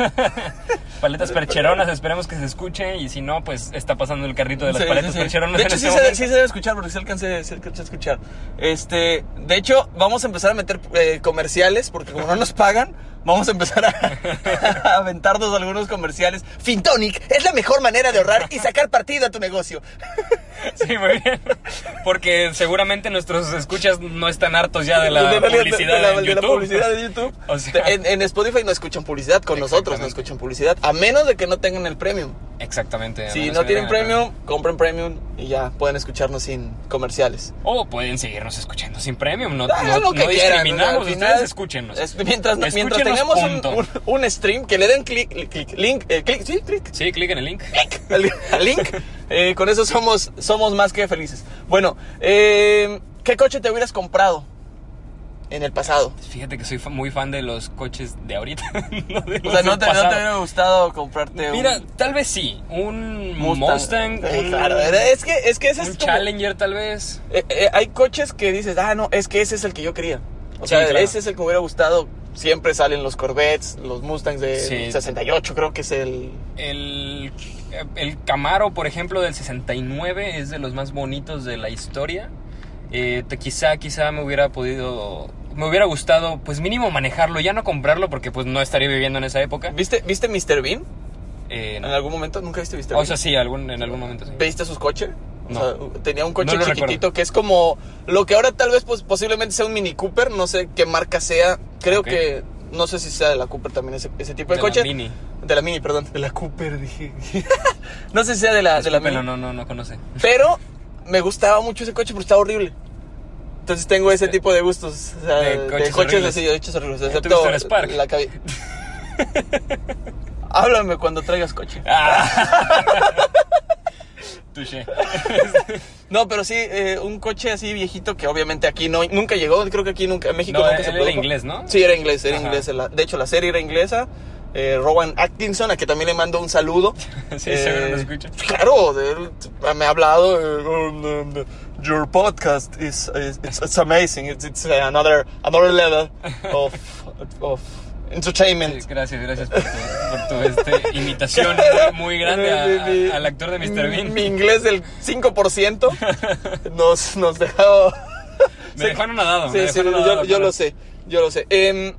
[SPEAKER 2] Paletas percheronas, esperemos que se escuche. Y si no, pues está pasando el carrito de las
[SPEAKER 1] Sí,
[SPEAKER 2] paletas
[SPEAKER 1] sí, sí.
[SPEAKER 2] percheronas.
[SPEAKER 1] De
[SPEAKER 2] en
[SPEAKER 1] hecho,
[SPEAKER 2] este
[SPEAKER 1] sí se,
[SPEAKER 2] momento.
[SPEAKER 1] sí se debe escuchar porque se alcancé, sí alcancé a escuchar. Este, de hecho, vamos a empezar a meter eh, comerciales porque como no nos pagan, vamos a empezar a, a aventarnos algunos comerciales. Fintonic es la mejor manera de ahorrar y sacar partido a tu negocio.
[SPEAKER 2] Sí, muy bien. Porque seguramente nuestros escuchas no están hartos ya de la
[SPEAKER 1] De- de- de- de-
[SPEAKER 2] publicidad
[SPEAKER 1] de la-
[SPEAKER 2] en
[SPEAKER 1] de la
[SPEAKER 2] YouTube.
[SPEAKER 1] publicidad de YouTube.
[SPEAKER 2] O sea-
[SPEAKER 1] en, en Spotify no escuchan publicidad, con nosotros no
[SPEAKER 2] Exactamente.
[SPEAKER 1] escuchan publicidad, a menos de que no tengan el premium.
[SPEAKER 2] Exactamente. a
[SPEAKER 1] Si
[SPEAKER 2] menos
[SPEAKER 1] no
[SPEAKER 2] que
[SPEAKER 1] tienen
[SPEAKER 2] tengan-
[SPEAKER 1] premium, compren premium y ya pueden escucharnos sin comerciales.
[SPEAKER 2] O pueden seguirnos escuchando sin premium. No,
[SPEAKER 1] Ah,
[SPEAKER 2] no,
[SPEAKER 1] lo que
[SPEAKER 2] no
[SPEAKER 1] quieran,
[SPEAKER 2] discriminamos.
[SPEAKER 1] al final,
[SPEAKER 2] Ustedes escúchenos.
[SPEAKER 1] es- mientras, mientras
[SPEAKER 2] Escúchenos,
[SPEAKER 1] tengamos un,
[SPEAKER 2] punto.
[SPEAKER 1] un- un stream, que le den clic, clic, link, eh, clic, sí, clic,
[SPEAKER 2] Sí, clic en el link.
[SPEAKER 1] clic, al, al link, eh, con eso somos, somos más que felices. Bueno, eh, ¿qué coche te hubieras comprado en el pasado?
[SPEAKER 2] Fíjate que soy fa- muy fan de los coches de ahorita. no de
[SPEAKER 1] O sea,
[SPEAKER 2] los del
[SPEAKER 1] ¿no te, no te
[SPEAKER 2] pasado.
[SPEAKER 1] hubiera gustado comprarte
[SPEAKER 2] Mira,
[SPEAKER 1] un
[SPEAKER 2] tal vez sí. Un
[SPEAKER 1] Mustang?
[SPEAKER 2] Mustang.
[SPEAKER 1] Eh,
[SPEAKER 2] un,
[SPEAKER 1] claro, era- es que, es que ese
[SPEAKER 2] un
[SPEAKER 1] es como-
[SPEAKER 2] Challenger, tal vez.
[SPEAKER 1] Eh, eh, hay coches que dices, ah, no, es que ese es el que yo quería. O
[SPEAKER 2] Sí,
[SPEAKER 1] sea,
[SPEAKER 2] claro.
[SPEAKER 1] ese es el que me hubiera gustado. Siempre salen los Corvettes, los Mustangs de
[SPEAKER 2] Sí.
[SPEAKER 1] 68, creo que es el...
[SPEAKER 2] El, el Camaro, por ejemplo, del 69 es de los más bonitos de la historia. Eh, te- quizá, quizá me hubiera podido, me hubiera gustado, pues mínimo manejarlo, ya no comprarlo porque pues no estaría viviendo en esa época.
[SPEAKER 1] ¿Viste, ¿Viste Mr. Bean?
[SPEAKER 2] Eh,
[SPEAKER 1] ¿En
[SPEAKER 2] no.
[SPEAKER 1] algún momento? ¿Nunca viste Mr. Bean?
[SPEAKER 2] O sea, sí, algún, en algún momento sí.
[SPEAKER 1] ¿Viste su coche? O
[SPEAKER 2] No.
[SPEAKER 1] sea, tenía un coche
[SPEAKER 2] No lo
[SPEAKER 1] chiquitito
[SPEAKER 2] recuerdo.
[SPEAKER 1] que es como lo que ahora tal vez pues, posiblemente sea un Mini Cooper, no sé qué marca sea. Creo
[SPEAKER 2] Ok.
[SPEAKER 1] que, no sé si sea de la Cooper también ese, ese tipo de,
[SPEAKER 2] De la
[SPEAKER 1] coche.
[SPEAKER 2] Mini.
[SPEAKER 1] De la Mini, perdón. De la Cooper, dije. no sé si sea de la, de la Mini.
[SPEAKER 2] Pero no, no, no conoce.
[SPEAKER 1] Pero me gustaba mucho ese coche porque estaba horrible. Entonces tengo ese tipo de gustos. o sea,
[SPEAKER 2] De
[SPEAKER 1] de coches,
[SPEAKER 2] coches horribles.
[SPEAKER 1] así, de coches horribles. Excepto
[SPEAKER 2] tuviste el Spark?
[SPEAKER 1] la cabi- Háblame cuando traigas coche.
[SPEAKER 2] Touché.
[SPEAKER 1] No, pero sí, eh, un coche así viejito que obviamente aquí no, nunca llegó. Creo que aquí nunca, en México
[SPEAKER 2] No,
[SPEAKER 1] nunca
[SPEAKER 2] él-
[SPEAKER 1] se
[SPEAKER 2] él era
[SPEAKER 1] produjo.
[SPEAKER 2] inglés, ¿no?
[SPEAKER 1] Sí, era inglés, era
[SPEAKER 2] Ajá.
[SPEAKER 1] inglés. La- de hecho, la serie era inglesa. Eh, Rowan Atkinson, a que también le mando un saludo.
[SPEAKER 2] Sí,
[SPEAKER 1] Eh,
[SPEAKER 2] seguro nos escucha.
[SPEAKER 1] Claro, de él me ha hablado. eh,
[SPEAKER 3] Um, um, the- your podcast is, is it's, it's amazing. It's, it's uh, another another level of of entertainment.
[SPEAKER 2] Sí, Gracias, gracias por tu, por tu, este, imitación muy, muy grande
[SPEAKER 1] Eh, Mi-
[SPEAKER 2] a-
[SPEAKER 1] mi-
[SPEAKER 2] a- al actor de Mr. Bean.
[SPEAKER 1] Mi inglés del 5% nos, nos dejó.
[SPEAKER 2] Me dejaron nadado. me
[SPEAKER 1] Sí, sí,
[SPEAKER 2] dejaron
[SPEAKER 1] yo,
[SPEAKER 2] nadado,
[SPEAKER 1] yo
[SPEAKER 2] pero-
[SPEAKER 1] lo sé, yo lo sé. Em,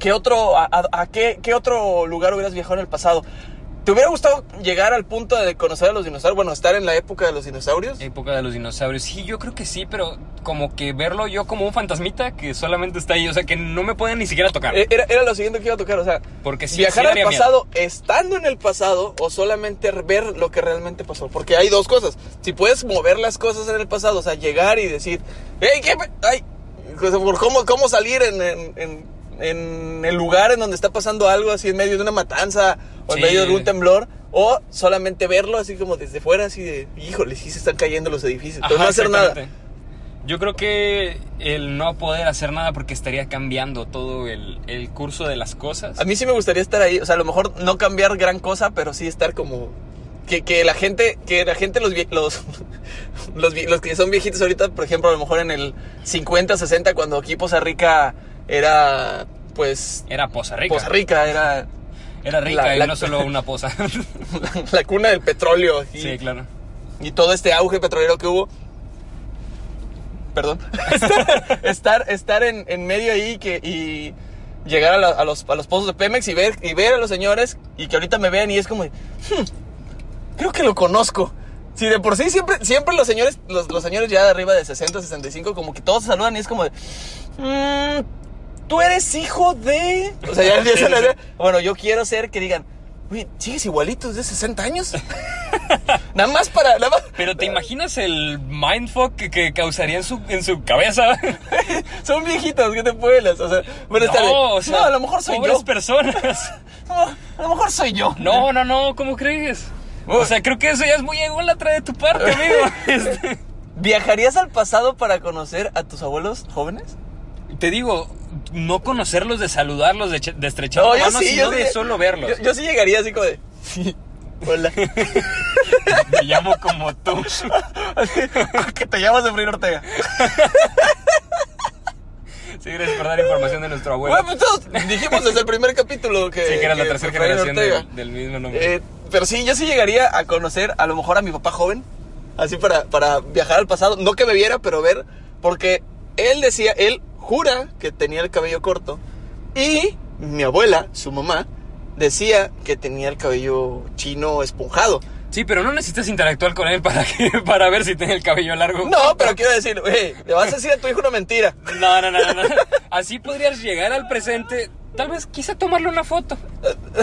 [SPEAKER 1] ¿Qué otro, a, a- a qué, qué otro lugar hubieras viajado en el pasado? ¿Te hubiera gustado llegar al punto de conocer a los dinosaurios? Bueno, estar en la época de los dinosaurios.
[SPEAKER 2] Época de los dinosaurios. Sí, yo creo que sí, pero como que verlo yo como un fantasmita que solamente está ahí, o sea, que no me pueden ni siquiera tocar.
[SPEAKER 1] Eh, Era, era lo siguiente que iba a tocar, o sea,
[SPEAKER 2] Porque sí,
[SPEAKER 1] viajar
[SPEAKER 2] sí
[SPEAKER 1] al
[SPEAKER 2] daría miedo.
[SPEAKER 1] pasado estando en el pasado o solamente ver lo que realmente pasó. Porque hay dos cosas. Si puedes mover las cosas en el pasado, o sea, llegar y decir, hey, ¿qué? pe- Ay, o sea, por ¿cómo, cómo salir en, en- en- en el lugar en donde está pasando algo, así en medio de una matanza o en
[SPEAKER 2] Sí.
[SPEAKER 1] medio de un temblor? O solamente verlo así como desde fuera, así de, híjole, sí se están cayendo los edificios. Entonces
[SPEAKER 2] Ajá,
[SPEAKER 1] pues, no hacer nada.
[SPEAKER 2] exactamente. Yo creo que el no poder hacer nada porque estaría cambiando todo el, el curso de las cosas.
[SPEAKER 1] A mí sí me gustaría estar ahí, o sea, a lo mejor no cambiar gran cosa, pero sí estar como que, que la gente, que la gente los vie- los los, vie- los que son viejitos ahorita, por ejemplo, a lo mejor en el 50, 60 cuando aquí Poza Rica era pues
[SPEAKER 2] Era Poza Rica.
[SPEAKER 1] Poza Rica era
[SPEAKER 2] Era rica
[SPEAKER 1] La-
[SPEAKER 2] y
[SPEAKER 1] la-
[SPEAKER 2] no solo una poza.
[SPEAKER 1] la, cuna del petróleo y,
[SPEAKER 2] sí, claro.
[SPEAKER 1] y todo este auge petrolero que hubo. Perdón. estar estar en, en medio ahí que, y llegar a, la- a los, a los pozos de Pemex y ver, y ver a los señores y que ahorita me vean y es como, de, "Hmm, creo que lo conozco. Si de por sí siempre, siempre los señores, los, los señores ya de arriba de 60, 65, como que todos se saludan y es como de, "Mm, tú eres hijo de... O sea, ya empiezan a... Bueno, yo quiero ser que digan, oye, sigues igualito, es de 60 años. nada más para... Nada más,
[SPEAKER 2] Pero ¿te imaginas el mindfuck que, que causaría en su, en su cabeza?
[SPEAKER 1] Son viejitos, ¿qué te puedes? O sea, bueno, está bien.
[SPEAKER 2] no, o sea,
[SPEAKER 1] no, a lo mejor soy
[SPEAKER 2] pobres
[SPEAKER 1] yo.
[SPEAKER 2] personas.
[SPEAKER 1] No, a lo mejor soy yo.
[SPEAKER 2] No, no, no, ¿cómo crees? O sea, creo que eso ya es muy ególatra de tu parte, amigo. Este,
[SPEAKER 1] ¿Viajarías al pasado para conocer a tus abuelos jóvenes?
[SPEAKER 2] te digo, no conocerlos, de saludarlos, de, che- de estrechar la mano, sino de solo verlos.
[SPEAKER 1] Yo, yo sí llegaría así como de. Sí. Hola.
[SPEAKER 2] Me llamo como tú.
[SPEAKER 1] que te llamas Efraín Ortega.
[SPEAKER 2] Sí, gracias por dar información de nuestro abuelo.
[SPEAKER 1] Bueno, pues todos dijimos desde el primer capítulo que.
[SPEAKER 2] sí, que era la
[SPEAKER 1] que
[SPEAKER 2] tercera
[SPEAKER 1] Efraín
[SPEAKER 2] generación
[SPEAKER 1] Ortega.
[SPEAKER 2] del- del mismo nombre.
[SPEAKER 1] Eh, pero sí, yo sí llegaría a conocer a lo mejor a mi papá joven, así para, para viajar al pasado. No que me viera, pero ver, porque él decía, él jura que tenía el cabello corto. Y mi abuela, su mamá, decía que tenía el cabello chino esponjado.
[SPEAKER 2] sí, pero no necesitas interactuar con él para, que, para ver si tiene el cabello largo.
[SPEAKER 1] No, pero quiero decir, güey, le vas a decir a tu hijo una mentira.
[SPEAKER 2] No, no, no, no, no. Así podrías llegar al presente. Tal vez quizá tomarle una foto.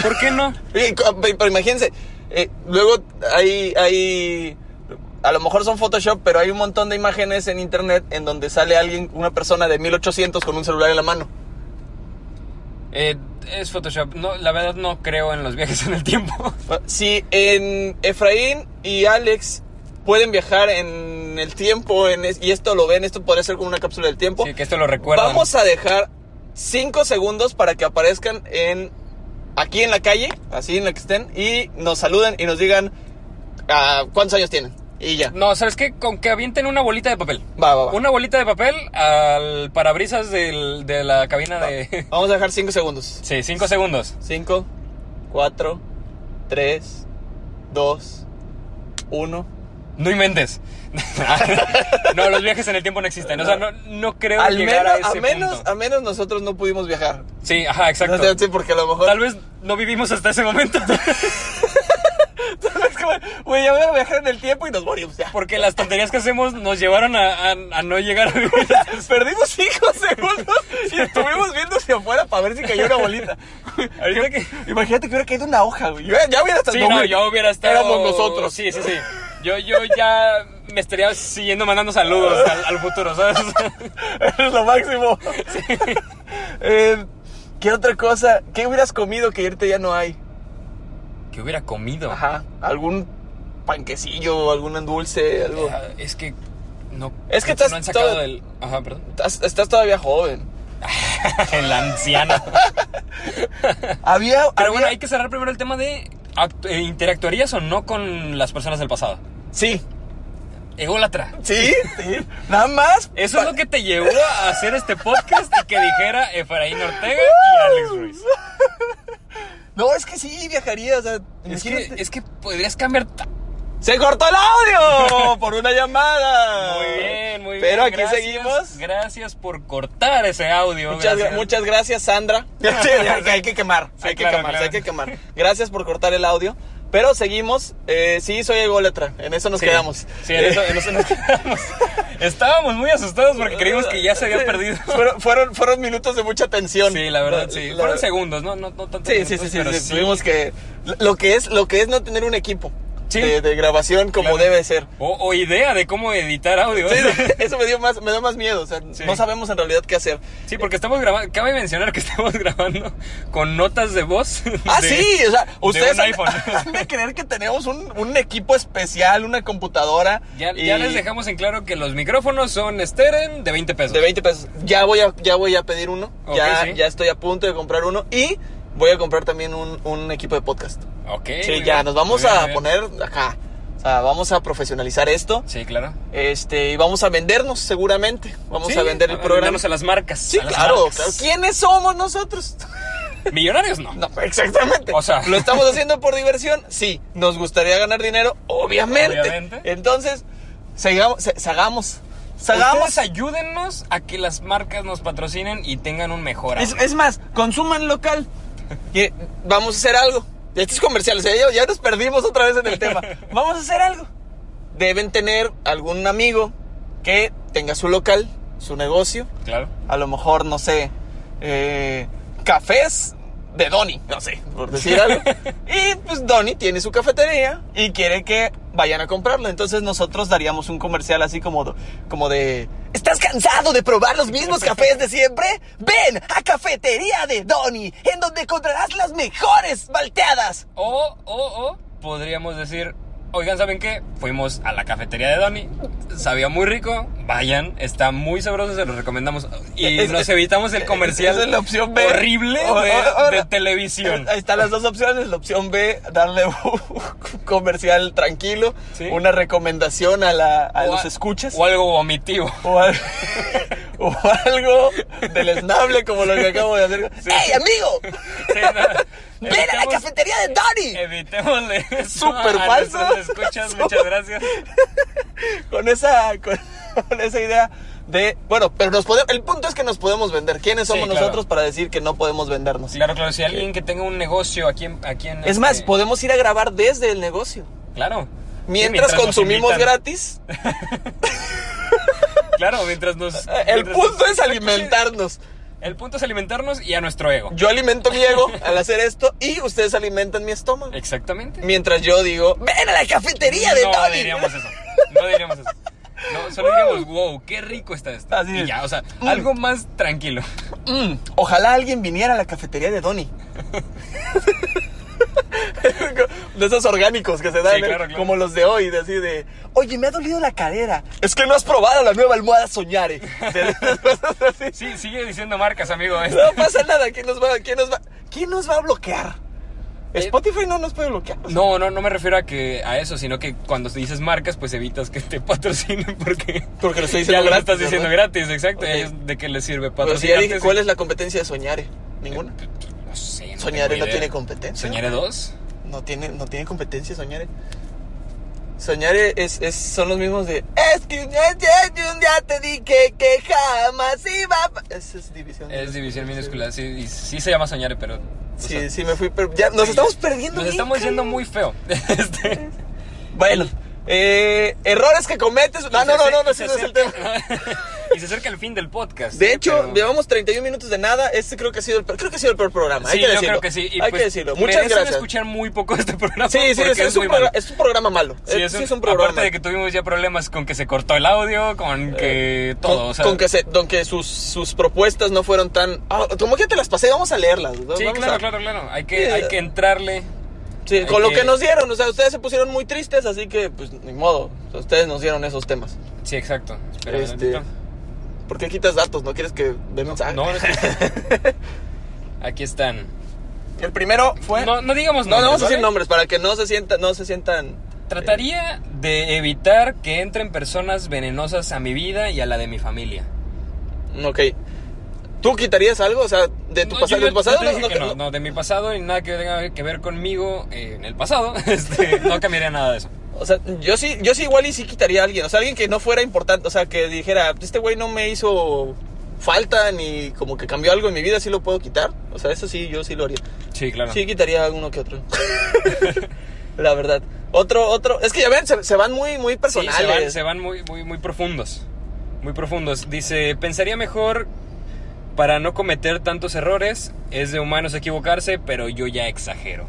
[SPEAKER 2] ¿Por qué no?
[SPEAKER 1] Y co- pe- Pero imagínense, eh, luego hay, hay, a lo mejor son Photoshop, pero hay un montón de imágenes en internet en donde sale alguien, una persona de 1800 con un celular en la mano.
[SPEAKER 2] Eh, es Photoshop. No, la verdad no creo en los viajes en el tiempo.
[SPEAKER 1] Ah, Si en Efraín y Alex pueden viajar en el tiempo, en es- y esto lo ven, esto podría ser como una cápsula del tiempo,
[SPEAKER 2] Sí, que esto lo recuerdan.
[SPEAKER 1] Oh, vamos a dejar 5 segundos para que aparezcan en aquí en la calle, así en la que estén, y nos saluden y nos digan ah, cuántos años tienen. Y ya.
[SPEAKER 2] No, ¿sabes qué? Con que avienten una bolita de papel.
[SPEAKER 1] Va, va, va.
[SPEAKER 2] Una bolita de papel al parabrisas del- de la cabina de...
[SPEAKER 1] Vamos a dejar 5 segundos.
[SPEAKER 2] Sí, cinco segundos.
[SPEAKER 1] 5, 4, 3, 2, 1.
[SPEAKER 2] No inventes. no, los viajes en el tiempo no existen. O sea, no, no creo
[SPEAKER 1] Al
[SPEAKER 2] llegar
[SPEAKER 1] menos,
[SPEAKER 2] a
[SPEAKER 1] a,
[SPEAKER 2] ese
[SPEAKER 1] menos,
[SPEAKER 2] punto.
[SPEAKER 1] a menos nosotros no pudimos viajar.
[SPEAKER 2] Sí, ajá, exacto.
[SPEAKER 1] No sé, sí, porque a lo mejor.
[SPEAKER 2] Tal vez no vivimos hasta ese momento.
[SPEAKER 1] vez, güey, ya voy a viajar en el tiempo y nos morimos ya.
[SPEAKER 2] Porque las tonterías que hacemos nos llevaron a, a- a no llegar a vivir.
[SPEAKER 1] Perdimos 5 segundos y estuvimos viendo hacia afuera para ver si cayó una bolita.
[SPEAKER 2] Ahorita que...
[SPEAKER 1] Imagínate que hubiera caído una hoja, güey. Yo- ya hubiera estado.
[SPEAKER 2] Sí, no, yo hubiera estado...
[SPEAKER 1] Éramos nosotros.
[SPEAKER 2] Sí, sí, sí. Yo, yo ya me estaría siguiendo mandando saludos al, al futuro, ¿sabes?
[SPEAKER 1] Eres lo máximo. Eh, ¿Qué otra cosa? ¿Qué hubieras comido que irte ya no hay?
[SPEAKER 2] que hubiera comido.
[SPEAKER 1] Ajá. ¿Algún panquecillo, algún dulce, algo?
[SPEAKER 2] Ah, Es que... No,
[SPEAKER 1] Es que
[SPEAKER 2] de hecho,
[SPEAKER 1] estás
[SPEAKER 2] no han sacado
[SPEAKER 1] todo-
[SPEAKER 2] el... Ajá, perdón.
[SPEAKER 1] Estás, estás todavía joven.
[SPEAKER 2] el anciano.
[SPEAKER 1] Había.
[SPEAKER 2] Pero
[SPEAKER 1] había-
[SPEAKER 2] bueno, hay que cerrar primero el tema de... act- eh, ¿Interactuarías o no con las personas del pasado?
[SPEAKER 1] Sí.
[SPEAKER 2] Ególatra.
[SPEAKER 1] Sí, Eh. sí. Nada más.
[SPEAKER 2] Eso es lo que te llevó a hacer este podcast y que dijera Efraín
[SPEAKER 1] Uh.
[SPEAKER 2] Ortega y Alex Ruiz.
[SPEAKER 1] No, es que sí, viajaría. O sea,
[SPEAKER 2] Es
[SPEAKER 1] imagínate.
[SPEAKER 2] que, es que podrías cambiar. ta-
[SPEAKER 1] ¡Se cortó el audio! Por una llamada.
[SPEAKER 2] Muy bien, muy bien.
[SPEAKER 1] Pero aquí
[SPEAKER 2] Gracias,
[SPEAKER 1] seguimos.
[SPEAKER 2] Gracias por cortar ese audio.
[SPEAKER 1] Muchas gracias.
[SPEAKER 2] gracias.
[SPEAKER 1] muchas gracias, Sandra. Sí, hay que- hay que quemar,
[SPEAKER 2] Sí,
[SPEAKER 1] hay que
[SPEAKER 2] claro,
[SPEAKER 1] quemar,
[SPEAKER 2] claro.
[SPEAKER 1] hay que quemar. Gracias por cortar el audio. Pero seguimos. Eh, sí, soy ególatra. En eso nos
[SPEAKER 2] Sí.
[SPEAKER 1] quedamos.
[SPEAKER 2] Sí, en eso, en eso nos quedamos. Estábamos muy asustados porque creímos que ya se había
[SPEAKER 1] Sí.
[SPEAKER 2] perdido.
[SPEAKER 1] Fueron, fueron, fueron minutos de mucha tensión.
[SPEAKER 2] Sí, la verdad, sí.
[SPEAKER 1] La-
[SPEAKER 2] Fueron segundos, pues, ¿no? No, no tanto.
[SPEAKER 1] Sí, sí, sí, sí, sí, Tuvimos que. Lo que es, lo que es no tener un equipo
[SPEAKER 2] Sí.
[SPEAKER 1] de, de grabación como debe ser.
[SPEAKER 2] O, o idea de cómo editar audio.
[SPEAKER 1] Sí, eso me dio más, me da más miedo. O sea,
[SPEAKER 2] Sí.
[SPEAKER 1] no sabemos en realidad qué hacer.
[SPEAKER 2] Sí, porque estamos grabando. Cabe mencionar que estamos grabando con notas de voz.
[SPEAKER 1] Ah,
[SPEAKER 2] de-
[SPEAKER 1] sí, o sea, ustedes
[SPEAKER 2] un
[SPEAKER 1] han,
[SPEAKER 2] iPhone.
[SPEAKER 1] han de creer que tenemos un, un equipo especial, una computadora.
[SPEAKER 2] Ya,
[SPEAKER 1] y-
[SPEAKER 2] ya les dejamos en claro que los micrófonos son Steren de 20 pesos.
[SPEAKER 1] De 20 pesos. Ya voy a, ya voy a pedir uno.
[SPEAKER 2] Ok,
[SPEAKER 1] ya,
[SPEAKER 2] sí.
[SPEAKER 1] ya estoy a punto de comprar uno. Y voy a comprar también un, un equipo de podcast.
[SPEAKER 2] Ok.
[SPEAKER 1] sí,
[SPEAKER 2] muy
[SPEAKER 1] ya,
[SPEAKER 2] bien,
[SPEAKER 1] nos vamos
[SPEAKER 2] muy bien,
[SPEAKER 1] a
[SPEAKER 2] muy bien.
[SPEAKER 1] poner acá. O sea, vamos a profesionalizar esto.
[SPEAKER 2] Sí, claro.
[SPEAKER 1] Este, y vamos a vendernos seguramente. Vamos
[SPEAKER 2] Sí,
[SPEAKER 1] a vender el programa.
[SPEAKER 2] vendernos a las marcas.
[SPEAKER 1] Sí,
[SPEAKER 2] a las
[SPEAKER 1] claro,
[SPEAKER 2] marcas.
[SPEAKER 1] claro. ¿Quiénes somos nosotros?
[SPEAKER 2] Millonarios no.
[SPEAKER 1] No, exactamente.
[SPEAKER 2] O sea.
[SPEAKER 1] ¿lo estamos haciendo por diversión? Sí. ¿Nos gustaría ganar dinero? Obviamente.
[SPEAKER 2] Obviamente.
[SPEAKER 1] Entonces, sigamos, se- sagamos.
[SPEAKER 2] Hagamos,
[SPEAKER 1] Sagamos.
[SPEAKER 2] ayúdennos a que las marcas nos patrocinen y tengan un mejor
[SPEAKER 1] Es,
[SPEAKER 2] audio.
[SPEAKER 1] es más, consuman local. Y vamos a hacer algo. Estos comerciales, eh, ya, ya nos perdimos otra vez en el tema. Vamos a hacer algo. Deben tener algún amigo que tenga su local, su negocio.
[SPEAKER 2] Claro.
[SPEAKER 1] a lo mejor, no sé, eh, cafés de Donny, no sé, por decir algo. y pues Donny tiene su cafetería y quiere que vayan a comprarlo. Entonces nosotros daríamos un comercial así como, do- como de... ¿Estás cansado de probar los mismos cafés de siempre? Ven a Cafetería de Donny, en donde encontrarás las mejores malteadas.
[SPEAKER 2] O, o, o, podríamos decir, Oigan, ¿saben qué? Fuimos a la cafetería de Donny. Sabía muy rico. Vayan, está muy sabroso, se los recomendamos. Y
[SPEAKER 1] Es-
[SPEAKER 2] nos evitamos el comercial
[SPEAKER 1] Esa es la opción B.
[SPEAKER 2] horrible
[SPEAKER 1] O-
[SPEAKER 2] de,
[SPEAKER 1] o- o-
[SPEAKER 2] de televisión.
[SPEAKER 1] Ahí están las dos opciones. La opción B, darle un comercial tranquilo,
[SPEAKER 2] Sí.
[SPEAKER 1] una recomendación a, la, a
[SPEAKER 2] O
[SPEAKER 1] los
[SPEAKER 2] a-
[SPEAKER 1] escuchas.
[SPEAKER 2] O algo vomitivo.
[SPEAKER 1] O, al- o algo deleznable como lo que acabo de hacer. ¡Ey, amigo!
[SPEAKER 2] Sí, no.
[SPEAKER 1] ¡Ven a la
[SPEAKER 2] Evitemos-
[SPEAKER 1] cafetería de Donny!
[SPEAKER 2] Evitémosle. eso
[SPEAKER 1] Súper
[SPEAKER 2] a
[SPEAKER 1] falso.
[SPEAKER 2] nuestros Escuchas, muchas gracias.
[SPEAKER 1] Con esa, con, con esa idea de. Bueno, pero nos podemos. El punto es que nos podemos vender. ¿Quiénes
[SPEAKER 2] Sí,
[SPEAKER 1] somos
[SPEAKER 2] claro.
[SPEAKER 1] nosotros para decir que no podemos vendernos?
[SPEAKER 2] Claro, claro, si alguien que tenga un negocio aquí en. Aquí en
[SPEAKER 1] Es más,
[SPEAKER 2] este-
[SPEAKER 1] podemos ir a grabar desde el negocio.
[SPEAKER 2] Claro.
[SPEAKER 1] Mientras,
[SPEAKER 2] nos
[SPEAKER 1] consumimos
[SPEAKER 2] invitan.
[SPEAKER 1] gratis,
[SPEAKER 2] Claro, mientras nos.
[SPEAKER 1] Eh, el
[SPEAKER 2] mientras-
[SPEAKER 1] punto es alimentarnos.
[SPEAKER 2] El punto es alimentarnos y a nuestro ego.
[SPEAKER 1] Yo alimento mi ego al hacer esto y ustedes alimentan mi estómago.
[SPEAKER 2] Exactamente.
[SPEAKER 1] Mientras yo digo, ven a la cafetería de
[SPEAKER 2] no
[SPEAKER 1] Tony.
[SPEAKER 2] diríamos eso. No diríamos eso. No, solo diríamos, wow, qué rico está esto.
[SPEAKER 1] Uh. Así
[SPEAKER 2] y
[SPEAKER 1] es.
[SPEAKER 2] ya, o sea,
[SPEAKER 1] Mm.
[SPEAKER 2] algo más tranquilo.
[SPEAKER 1] Mm, ojalá alguien viniera a la cafetería de Donny. De esos orgánicos que se dan, ¿eh?
[SPEAKER 2] Sí, claro, claro.
[SPEAKER 1] como los de hoy, de así de, oye, me ha dolido la cadera. Es que no has probado la nueva almohada Soñare. Así.
[SPEAKER 2] Sí, sigue diciendo marcas, amigo. este.
[SPEAKER 1] no pasa nada, ¿quién nos va, quién nos va, quién nos va a bloquear?
[SPEAKER 2] Eh,
[SPEAKER 1] Spotify no nos puede bloquear.
[SPEAKER 2] No, no, no me refiero a que a eso, sino que cuando dices marcas, pues evitas que te patrocinen porque
[SPEAKER 1] Porque lo estoy
[SPEAKER 2] ya
[SPEAKER 1] diciendo
[SPEAKER 2] lo
[SPEAKER 1] gratis,
[SPEAKER 2] estás
[SPEAKER 1] ¿verdad?
[SPEAKER 2] diciendo gratis,
[SPEAKER 1] Ok.
[SPEAKER 2] exacto. A ellos ¿De qué les
[SPEAKER 1] Pero
[SPEAKER 2] sirve
[SPEAKER 1] si Pues ya
[SPEAKER 2] patrocinar?
[SPEAKER 1] dije, ¿cuál es la competencia de Soñare? Ninguna.
[SPEAKER 2] No sé. No
[SPEAKER 1] Soñare no
[SPEAKER 2] tengo idea.
[SPEAKER 1] tiene competencia.
[SPEAKER 2] Soñare 2.
[SPEAKER 1] No tiene, no tiene competencia, Soñare. Soñare es, es- son los mismos de. Es que un día, es que un día te dije que jamás iba. a pa-". Esa es división.
[SPEAKER 2] Es división minúscula, sí, y sí se llama Soñare, pero. o
[SPEAKER 1] Sí,
[SPEAKER 2] sea,
[SPEAKER 1] sí, me fui. Pero ya, nos estamos perdiendo.
[SPEAKER 2] Nos
[SPEAKER 1] bien,
[SPEAKER 2] estamos
[SPEAKER 1] cabrón.
[SPEAKER 2] yendo muy feo. Este,
[SPEAKER 1] Bueno, eh, errores que cometes. Ah, No, no, no, no, no, ese no es el tema.
[SPEAKER 2] y se acerca el fin del podcast.
[SPEAKER 1] De
[SPEAKER 2] ¿eh?
[SPEAKER 1] hecho,
[SPEAKER 2] Pero-
[SPEAKER 1] llevamos 31 minutos de nada. Este creo que ha sido el, pe- creo que ha sido el peor programa. Hay
[SPEAKER 2] Sí,
[SPEAKER 1] que
[SPEAKER 2] yo
[SPEAKER 1] decirlo.
[SPEAKER 2] creo que sí. y
[SPEAKER 1] Hay
[SPEAKER 2] pues,
[SPEAKER 1] que decirlo. Muchas
[SPEAKER 2] merecen
[SPEAKER 1] gracias.
[SPEAKER 2] escuchar muy poco este programa.
[SPEAKER 1] Sí, sí,
[SPEAKER 2] porque
[SPEAKER 1] es, es un
[SPEAKER 2] muy
[SPEAKER 1] progra-
[SPEAKER 2] malo.
[SPEAKER 1] es un programa malo.
[SPEAKER 2] Sí,
[SPEAKER 1] Eh,
[SPEAKER 2] es un,
[SPEAKER 1] programa. Eh,
[SPEAKER 2] Aparte de que tuvimos ya problemas con que se cortó el audio, con que todo.
[SPEAKER 1] con,
[SPEAKER 2] o sea,
[SPEAKER 1] con que, se- con que sus, sus propuestas no fueron tan... Ah, como que te las pasé, vamos a leerlas. ¿no?
[SPEAKER 2] Sí,
[SPEAKER 1] Vamos
[SPEAKER 2] claro,
[SPEAKER 1] a-
[SPEAKER 2] claro, claro. Hay que,
[SPEAKER 1] Sí,
[SPEAKER 2] hay que entrarle.
[SPEAKER 1] Sí,
[SPEAKER 2] hay
[SPEAKER 1] con lo
[SPEAKER 2] que-
[SPEAKER 1] que nos dieron, o sea, ustedes se pusieron muy tristes, así que pues ni modo, O sea, ustedes nos dieron esos temas.
[SPEAKER 2] Sí, exacto. Espera,
[SPEAKER 1] Este, ah.
[SPEAKER 2] tantito.
[SPEAKER 1] ¿Por qué quitas datos? ¿No quieres que dé mensaje?
[SPEAKER 2] No, no es- Aquí están.
[SPEAKER 1] El primero fue... No,
[SPEAKER 2] No, no digamos
[SPEAKER 1] no,
[SPEAKER 2] nombres,
[SPEAKER 1] vamos a decir
[SPEAKER 2] ¿vale?
[SPEAKER 1] nombres para que no se sientan... No se sientan
[SPEAKER 2] Trataría de evitar que entren personas venenosas a mi vida y a la de mi familia.
[SPEAKER 1] ok. ¿Tú quitarías algo? O sea, de tu
[SPEAKER 2] No,
[SPEAKER 1] pasado.
[SPEAKER 2] yo-
[SPEAKER 1] ¿De tu
[SPEAKER 2] yo-
[SPEAKER 1] pasado?
[SPEAKER 2] yo te dije que no, no, de mi pasado y nada que tenga que ver conmigo eh, en el pasado. este, no cambiaría nada de eso.
[SPEAKER 1] O sea, yo sí, yo sí igual y sí quitaría a alguien. O sea, alguien que no fuera importante. O sea, que dijera, este güey no me hizo falta ni como que cambió algo en mi vida, sí lo puedo quitar. O sea, eso sí, yo sí lo haría.
[SPEAKER 2] Sí, claro.
[SPEAKER 1] Sí quitaría a uno que otro. La verdad. Otro, otro. Es que ya ven, se, se van muy, muy
[SPEAKER 2] Sí,
[SPEAKER 1] personales.
[SPEAKER 2] se van, se van muy, muy, muy profundos. Muy profundos. Dice, pensaría mejor para no cometer tantos errores. Es de humanos equivocarse, pero yo ya exagero.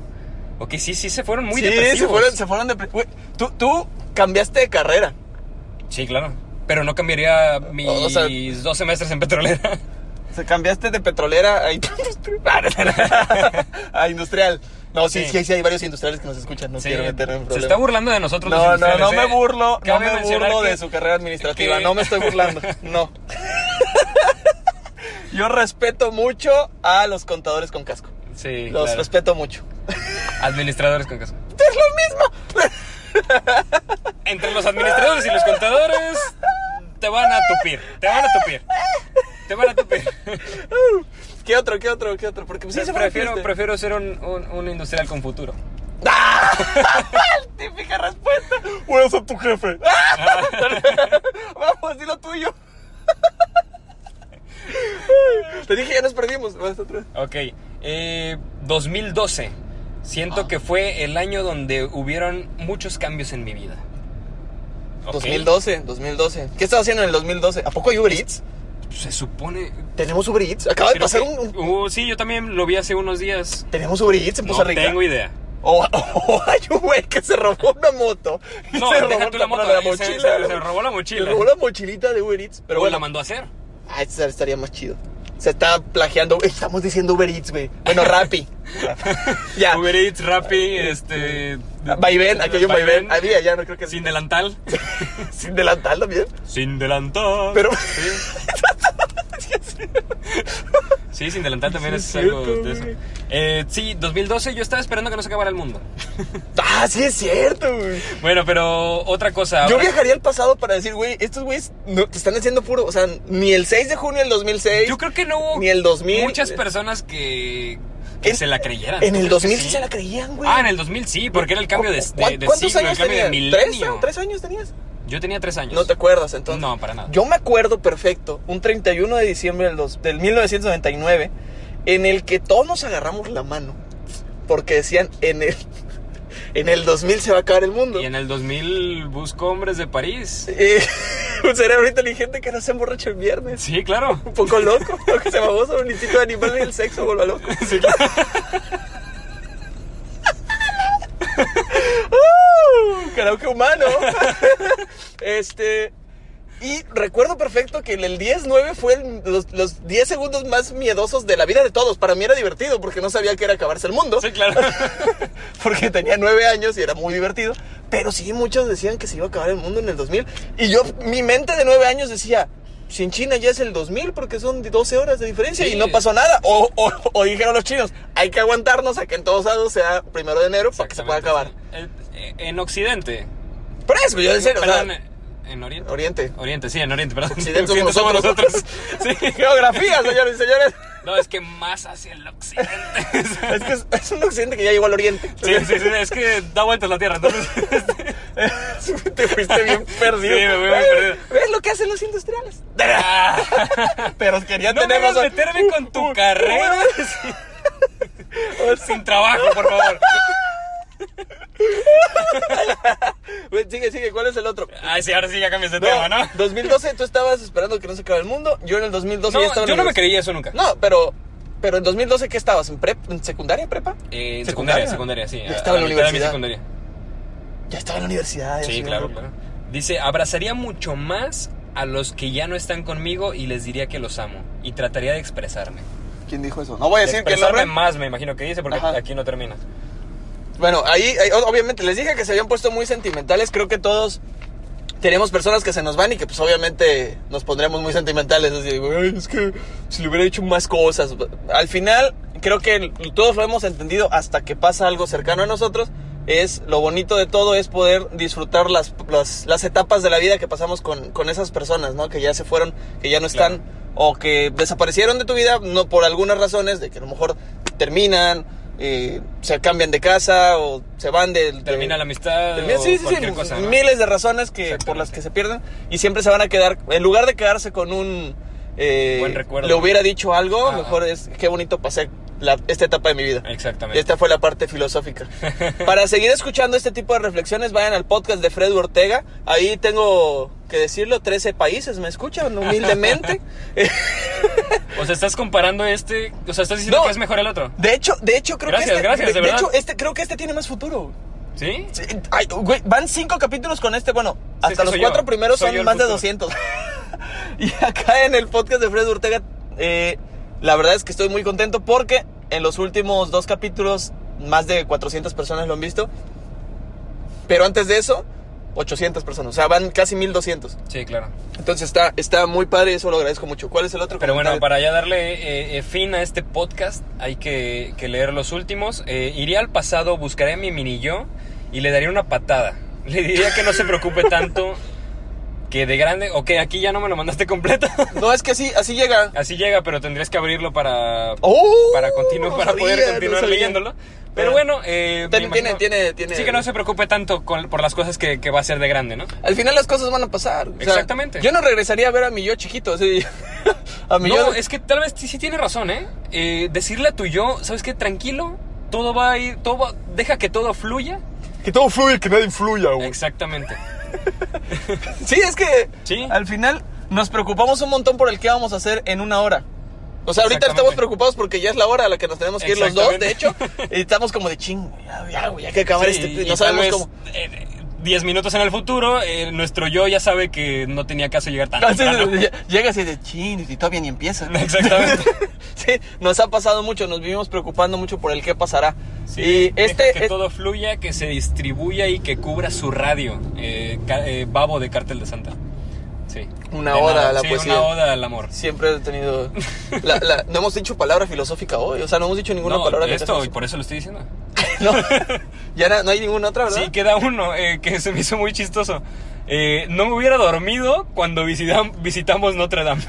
[SPEAKER 2] Ok, sí, sí, se fueron muy
[SPEAKER 1] sí,
[SPEAKER 2] depresivos.
[SPEAKER 1] se fueron, se fueron de. güey, Tú, tú cambiaste de carrera.
[SPEAKER 2] Sí, claro. Pero no cambiaría mis
[SPEAKER 1] O sea-
[SPEAKER 2] dos semestres en petrolera.
[SPEAKER 1] O sea, cambiaste de petrolera a, industri- a industrial. No, sí,
[SPEAKER 2] Sí.
[SPEAKER 1] sí, sí, hay varios industriales que nos escuchan. No
[SPEAKER 2] Sí,
[SPEAKER 1] quiero meterme en
[SPEAKER 2] se
[SPEAKER 1] problemas.
[SPEAKER 2] está burlando de nosotros. los
[SPEAKER 1] No, no, no
[SPEAKER 2] industriales, ¿eh?
[SPEAKER 1] me burlo, no
[SPEAKER 2] Cabe
[SPEAKER 1] me
[SPEAKER 2] mencionar
[SPEAKER 1] burlo
[SPEAKER 2] que-
[SPEAKER 1] de su carrera administrativa,
[SPEAKER 2] que-
[SPEAKER 1] no me estoy burlando, no. Yo respeto mucho a los contadores con casco.
[SPEAKER 2] Sí,
[SPEAKER 1] Los
[SPEAKER 2] claro.
[SPEAKER 1] respeto mucho.
[SPEAKER 2] Administradores con casco.
[SPEAKER 1] Es lo mismo.
[SPEAKER 2] Entre los administradores y los contadores te van a tupir, te van a tupir. Te van a tupir.
[SPEAKER 1] ¿Qué otro? ¿Qué otro? ¿Qué otro? Porque pues, sí se
[SPEAKER 2] prefiero,
[SPEAKER 1] fue triste.
[SPEAKER 2] prefiero ser un, un- un industrial con futuro.
[SPEAKER 1] Típica respuesta.
[SPEAKER 3] Voy a ser tu jefe.
[SPEAKER 1] Vamos, di lo tuyo. Te dije, ya nos perdimos. Vas otra vez.
[SPEAKER 2] Ok. eh, 2012. Siento
[SPEAKER 1] Ah.
[SPEAKER 2] que fue el año donde hubieron muchos cambios en mi vida. Ok.
[SPEAKER 1] 2012, 2012. ¿Qué estaba haciendo en el 2012? ¿A poco hay Uber Eats?
[SPEAKER 2] Pues Se supone.
[SPEAKER 1] ¿Tenemos Uber Eats? Acaba de
[SPEAKER 2] creo
[SPEAKER 1] pasar
[SPEAKER 2] que-
[SPEAKER 1] un, un-
[SPEAKER 2] Uh, sí, yo también lo vi hace unos días.
[SPEAKER 1] ¿Tenemos Uber Eats en
[SPEAKER 2] No
[SPEAKER 1] Poza Rica?
[SPEAKER 2] tengo idea.
[SPEAKER 1] O, o hay un güey que se robó una moto. y
[SPEAKER 2] No,
[SPEAKER 1] se
[SPEAKER 2] deja tú la moto.
[SPEAKER 1] pero
[SPEAKER 2] se- se-
[SPEAKER 1] ¿no?
[SPEAKER 2] se, robó la mochila.
[SPEAKER 1] Se robó la mochilita de Uber Eats. Pero
[SPEAKER 2] O
[SPEAKER 1] bueno,
[SPEAKER 2] la mandó a hacer.
[SPEAKER 1] ah, esto estaría más chido. Se está plagiando. Ey, Estamos diciendo Uber Eats, güey. Bueno, Rappi. ya.
[SPEAKER 2] Uber Eats, Rappi, este,
[SPEAKER 1] Vaivén, aquí hay un vaivén.
[SPEAKER 2] Vaivén.
[SPEAKER 1] Había, ya no creo que
[SPEAKER 2] Sin delantal.
[SPEAKER 1] Sin delantal también.
[SPEAKER 2] Sin delantal.
[SPEAKER 1] Pero-
[SPEAKER 2] Sí. Sí, sin delantal también es algo de eso. Eh, sí, 2012 yo estaba esperando que no se acabara el mundo.
[SPEAKER 1] Ah, sí es cierto, güey.
[SPEAKER 2] Bueno, pero otra cosa.
[SPEAKER 1] Yo
[SPEAKER 2] ahora-
[SPEAKER 1] viajaría al pasado para decir, güey, estos güeyes no- te están haciendo puro. O sea, ni el 6 de junio del 2006.
[SPEAKER 2] Yo creo que no hubo
[SPEAKER 1] Ni el 2000.
[SPEAKER 2] muchas personas que, que
[SPEAKER 1] En-
[SPEAKER 2] se la creyeran.
[SPEAKER 1] En
[SPEAKER 2] ¿Tú
[SPEAKER 1] el
[SPEAKER 2] crees
[SPEAKER 1] 2000
[SPEAKER 2] que
[SPEAKER 1] sí
[SPEAKER 2] sí?
[SPEAKER 1] se la creían, güey.
[SPEAKER 2] Ah, en el 2000 sí, porque era el cambio de, de, de
[SPEAKER 1] ¿Cuántos
[SPEAKER 2] siglo, el
[SPEAKER 1] años
[SPEAKER 2] cambio de
[SPEAKER 1] tenías? ¿Tres,
[SPEAKER 2] milenio.
[SPEAKER 1] ¿Tres años tenías?
[SPEAKER 2] Yo tenía tres años.
[SPEAKER 1] No te acuerdas entonces.
[SPEAKER 2] No, para nada.
[SPEAKER 1] Yo me acuerdo perfecto, un 31 de diciembre del, dos- del 1999, en el que todos nos agarramos la mano. Porque decían, en el, en el 2000 se va a acabar el mundo.
[SPEAKER 2] Y en el 2000 busco hombres de París.
[SPEAKER 1] Eh, un cerebro inteligente que no se emborracha el viernes.
[SPEAKER 2] Sí, claro.
[SPEAKER 1] Un poco loco, lo que se babosa, un instinto de animal y el sexo vuelva loco.
[SPEAKER 2] Sí, claro.
[SPEAKER 1] ¡Uh! Karaoke humano. este. Y recuerdo perfecto que el- el 10-9 fue el- los, los 10 segundos más miedosos de la vida de todos. Para mí era divertido porque no sabía que era acabarse el mundo.
[SPEAKER 2] Sí, claro.
[SPEAKER 1] porque tenía 9 años y era muy divertido. Pero sí, muchos decían que se iba a acabar el mundo en el 2000. Y yo, mi mente de 9 años decía. Si en China ya es el 2000 porque son 12 horas de diferencia y
[SPEAKER 2] Sí.
[SPEAKER 1] no pasó nada. O, o- o dijeron los chinos, hay que aguantarnos a que en todos lados sea primero de enero para que se pueda acabar.
[SPEAKER 2] Eh, eh, En Occidente.
[SPEAKER 1] Pero eso, yo decía, o sea,
[SPEAKER 2] Perdón, eh, ¿en Oriente?
[SPEAKER 1] Oriente.
[SPEAKER 2] Oriente, sí, en Oriente, perdón.
[SPEAKER 1] Occidente somos nosotros.
[SPEAKER 2] Sí.
[SPEAKER 1] Geografía, señores y señores.
[SPEAKER 2] No, es que más hacia el Occidente.
[SPEAKER 1] Es que es, es un occidente que ya llegó al oriente.
[SPEAKER 2] Sí, sí, sí, es que da vueltas la Tierra, entonces...
[SPEAKER 1] Te fuiste bien perdido.
[SPEAKER 2] Sí, me fui bien
[SPEAKER 1] Eh,
[SPEAKER 2] perdido.
[SPEAKER 1] ¿Ves lo que hacen los industriales?
[SPEAKER 2] Ah,
[SPEAKER 1] Pero querían
[SPEAKER 2] no
[SPEAKER 1] tener
[SPEAKER 2] me hagas
[SPEAKER 1] razón.
[SPEAKER 2] meterme con tu carrera sin trabajo, por favor.
[SPEAKER 1] Güey, Sigue, sigue, ¿cuál es el otro?
[SPEAKER 2] Ay, sí, ahora sí ya cambias de tema, ¿no?
[SPEAKER 1] 2012 tú estabas esperando que no se acabe el mundo. Yo en el 2012 ya estaba
[SPEAKER 2] No,
[SPEAKER 1] en la
[SPEAKER 2] yo no me
[SPEAKER 1] universidad.
[SPEAKER 2] creí eso nunca.
[SPEAKER 1] No, pero pero en 2012 ¿qué estabas? ¿En prep, en secundaria, prepa?
[SPEAKER 2] Eh, en
[SPEAKER 1] ¿Secundaria?
[SPEAKER 2] secundaria, secundaria, sí.
[SPEAKER 1] Ya
[SPEAKER 2] a-
[SPEAKER 1] estaba
[SPEAKER 2] a
[SPEAKER 1] en la
[SPEAKER 2] mitad de mi
[SPEAKER 1] universidad.
[SPEAKER 2] secundaria.
[SPEAKER 1] Ya estaba en la universidad. ya
[SPEAKER 2] Sí,
[SPEAKER 1] estaba
[SPEAKER 2] claro,
[SPEAKER 1] en la-
[SPEAKER 2] claro. Dice, abrazaría mucho más a los que ya no están conmigo y les diría que los amo. Y trataría de expresarme.
[SPEAKER 1] ¿Quién dijo eso? No voy a
[SPEAKER 2] De
[SPEAKER 1] decir que no.
[SPEAKER 2] expresarme más, me imagino que dice, porque
[SPEAKER 1] Ajá. Eh,
[SPEAKER 2] aquí no termina.
[SPEAKER 1] Bueno, ahí, ahí, o- obviamente les dije que se habían puesto muy sentimentales. Creo que todos tenemos personas que se nos van y que pues obviamente nos pondremos muy sentimentales. Así, "Ay, es que si le hubiera hecho más cosas. Al final, creo que el- todos lo hemos entendido hasta que pasa algo cercano a nosotros. Es lo bonito de todo es poder disfrutar las, las, las etapas de la vida que pasamos con, con esas personas, ¿no? Que ya se fueron, que ya no están o que desaparecieron de tu vida no por algunas razones de que a lo mejor terminan eh, se cambian de casa o se van del
[SPEAKER 2] Termina la amistad
[SPEAKER 1] Termina-
[SPEAKER 2] o
[SPEAKER 1] sí, sí, sí,
[SPEAKER 2] cualquier cosa, ¿no?
[SPEAKER 1] miles de razones que por
[SPEAKER 2] Exactamente.
[SPEAKER 1] las que se pierden y siempre se van a quedar en lugar de quedarse con un eh,
[SPEAKER 2] Buen recuerdo.
[SPEAKER 1] le hubiera dicho algo
[SPEAKER 2] Ah.
[SPEAKER 1] mejor es qué bonito pasé la- esta etapa de mi vida
[SPEAKER 2] Exactamente.
[SPEAKER 1] esta fue la parte filosófica. Para seguir escuchando este tipo de reflexiones, vayan al podcast de Fred Ortega. Ahí tengo que decirlo, 13 países me escuchan humildemente.
[SPEAKER 2] O sea, estás comparando este. O sea, estás diciendo
[SPEAKER 1] No.
[SPEAKER 2] que es mejor el otro.
[SPEAKER 1] De hecho, de hecho creo que
[SPEAKER 2] Gracias,
[SPEAKER 1] este,
[SPEAKER 2] gracias,
[SPEAKER 1] de, de
[SPEAKER 2] de verdad.
[SPEAKER 1] hecho este creo que este tiene más futuro.
[SPEAKER 2] ¿Sí?
[SPEAKER 1] Sí, ay, güey, van cinco capítulos con este, bueno, hasta
[SPEAKER 2] es que
[SPEAKER 1] los
[SPEAKER 2] soy
[SPEAKER 1] cuatro
[SPEAKER 2] yo.
[SPEAKER 1] primeros
[SPEAKER 2] Soy
[SPEAKER 1] son
[SPEAKER 2] yo el
[SPEAKER 1] más de
[SPEAKER 2] futuro.
[SPEAKER 1] 200. y acá en el podcast de Fred Ortega, eh, la verdad es que estoy muy contento porque en los últimos dos capítulos más de 400 personas lo han visto. Pero antes de eso, 800 personas, o sea, van casi 1200.
[SPEAKER 2] Sí, claro.
[SPEAKER 1] Entonces está, está muy padre, eso lo agradezco mucho. ¿Cuál es el otro?
[SPEAKER 2] Pero bueno,
[SPEAKER 1] comentario?
[SPEAKER 2] para ya darle eh, eh, fin a este podcast, hay que, que leer los últimos. Eh, iría al pasado, buscaré a mi mini yo y le daría una patada. Le diría que no se preocupe tanto, que de grande. Ok, aquí ya no me lo mandaste completo.
[SPEAKER 1] No, es que así, así llega.
[SPEAKER 2] Así llega, pero tendrías que abrirlo para,
[SPEAKER 1] ¡Oh!
[SPEAKER 2] para, continu-
[SPEAKER 1] No
[SPEAKER 2] para poder
[SPEAKER 1] sabía, no
[SPEAKER 2] continuar
[SPEAKER 1] sabía.
[SPEAKER 2] leyéndolo. Pero bueno, eh,
[SPEAKER 1] Tiene-
[SPEAKER 2] me
[SPEAKER 1] tiene-
[SPEAKER 2] imagino-
[SPEAKER 1] tiene- tiene-
[SPEAKER 2] Sí, que no se preocupe tanto con- por las cosas que, que va a hacer de grande, ¿no?
[SPEAKER 1] Al final las cosas van a pasar. o sea,
[SPEAKER 2] Exactamente.
[SPEAKER 1] Yo no regresaría a ver a mi yo chiquito, así. A mi
[SPEAKER 2] No,
[SPEAKER 1] Pues yo.
[SPEAKER 2] es que tal vez sí, sí tiene razón, ¿eh? Eh, Decirle a tu yo, ¿sabes qué? Tranquilo, todo va a ir, todo va- deja que todo fluya.
[SPEAKER 3] Que todo fluya, que nadie influya, güey.
[SPEAKER 2] Exactamente.
[SPEAKER 1] Sí, es que.
[SPEAKER 2] Sí.
[SPEAKER 1] Al final nos preocupamos un montón por el que vamos a hacer en una hora. O sea, ahorita
[SPEAKER 2] Exactamente.
[SPEAKER 1] estamos preocupados porque ya es la hora a la que nos tenemos que ir los dos, de
[SPEAKER 2] Exactamente.
[SPEAKER 1] hecho. Y estamos como de chingo, ya, ya, güey, ya que acabar
[SPEAKER 2] Sí,
[SPEAKER 1] este.
[SPEAKER 2] y
[SPEAKER 1] No
[SPEAKER 2] tal
[SPEAKER 1] sabemos
[SPEAKER 2] vez,
[SPEAKER 1] cómo.
[SPEAKER 2] eh, 10 minutos en el futuro, eh, nuestro yo ya sabe que no tenía caso llegar tan
[SPEAKER 1] Entonces,
[SPEAKER 2] temprano.
[SPEAKER 1] ll- llegas y dices, chin, y todavía ni empieza.
[SPEAKER 2] Exactamente.
[SPEAKER 1] sí, nos ha pasado mucho, nos vivimos preocupando mucho por el qué pasará.
[SPEAKER 2] Sí,
[SPEAKER 1] y
[SPEAKER 2] deja
[SPEAKER 1] este,
[SPEAKER 2] que
[SPEAKER 1] es-
[SPEAKER 2] todo fluya, que se distribuya y que cubra su radio. Eh, ca- eh, babo de Cártel de Santa. Sí.
[SPEAKER 1] Una
[SPEAKER 2] De
[SPEAKER 1] oda
[SPEAKER 2] nada.
[SPEAKER 1] a la
[SPEAKER 2] sí,
[SPEAKER 1] poesía.
[SPEAKER 2] Una oda al amor.
[SPEAKER 1] siempre he tenido... la- la- no hemos dicho palabra filosófica hoy, o sea, no hemos dicho ninguna
[SPEAKER 2] no,
[SPEAKER 1] palabra que
[SPEAKER 2] esto, y
[SPEAKER 1] sea-
[SPEAKER 2] por eso lo estoy diciendo.
[SPEAKER 1] No, ya na- no hay ninguna otra, ¿verdad?
[SPEAKER 2] Sí, queda uno eh, que se me hizo muy chistoso. Eh, no me hubiera dormido cuando visitam- visitamos Notre Dame.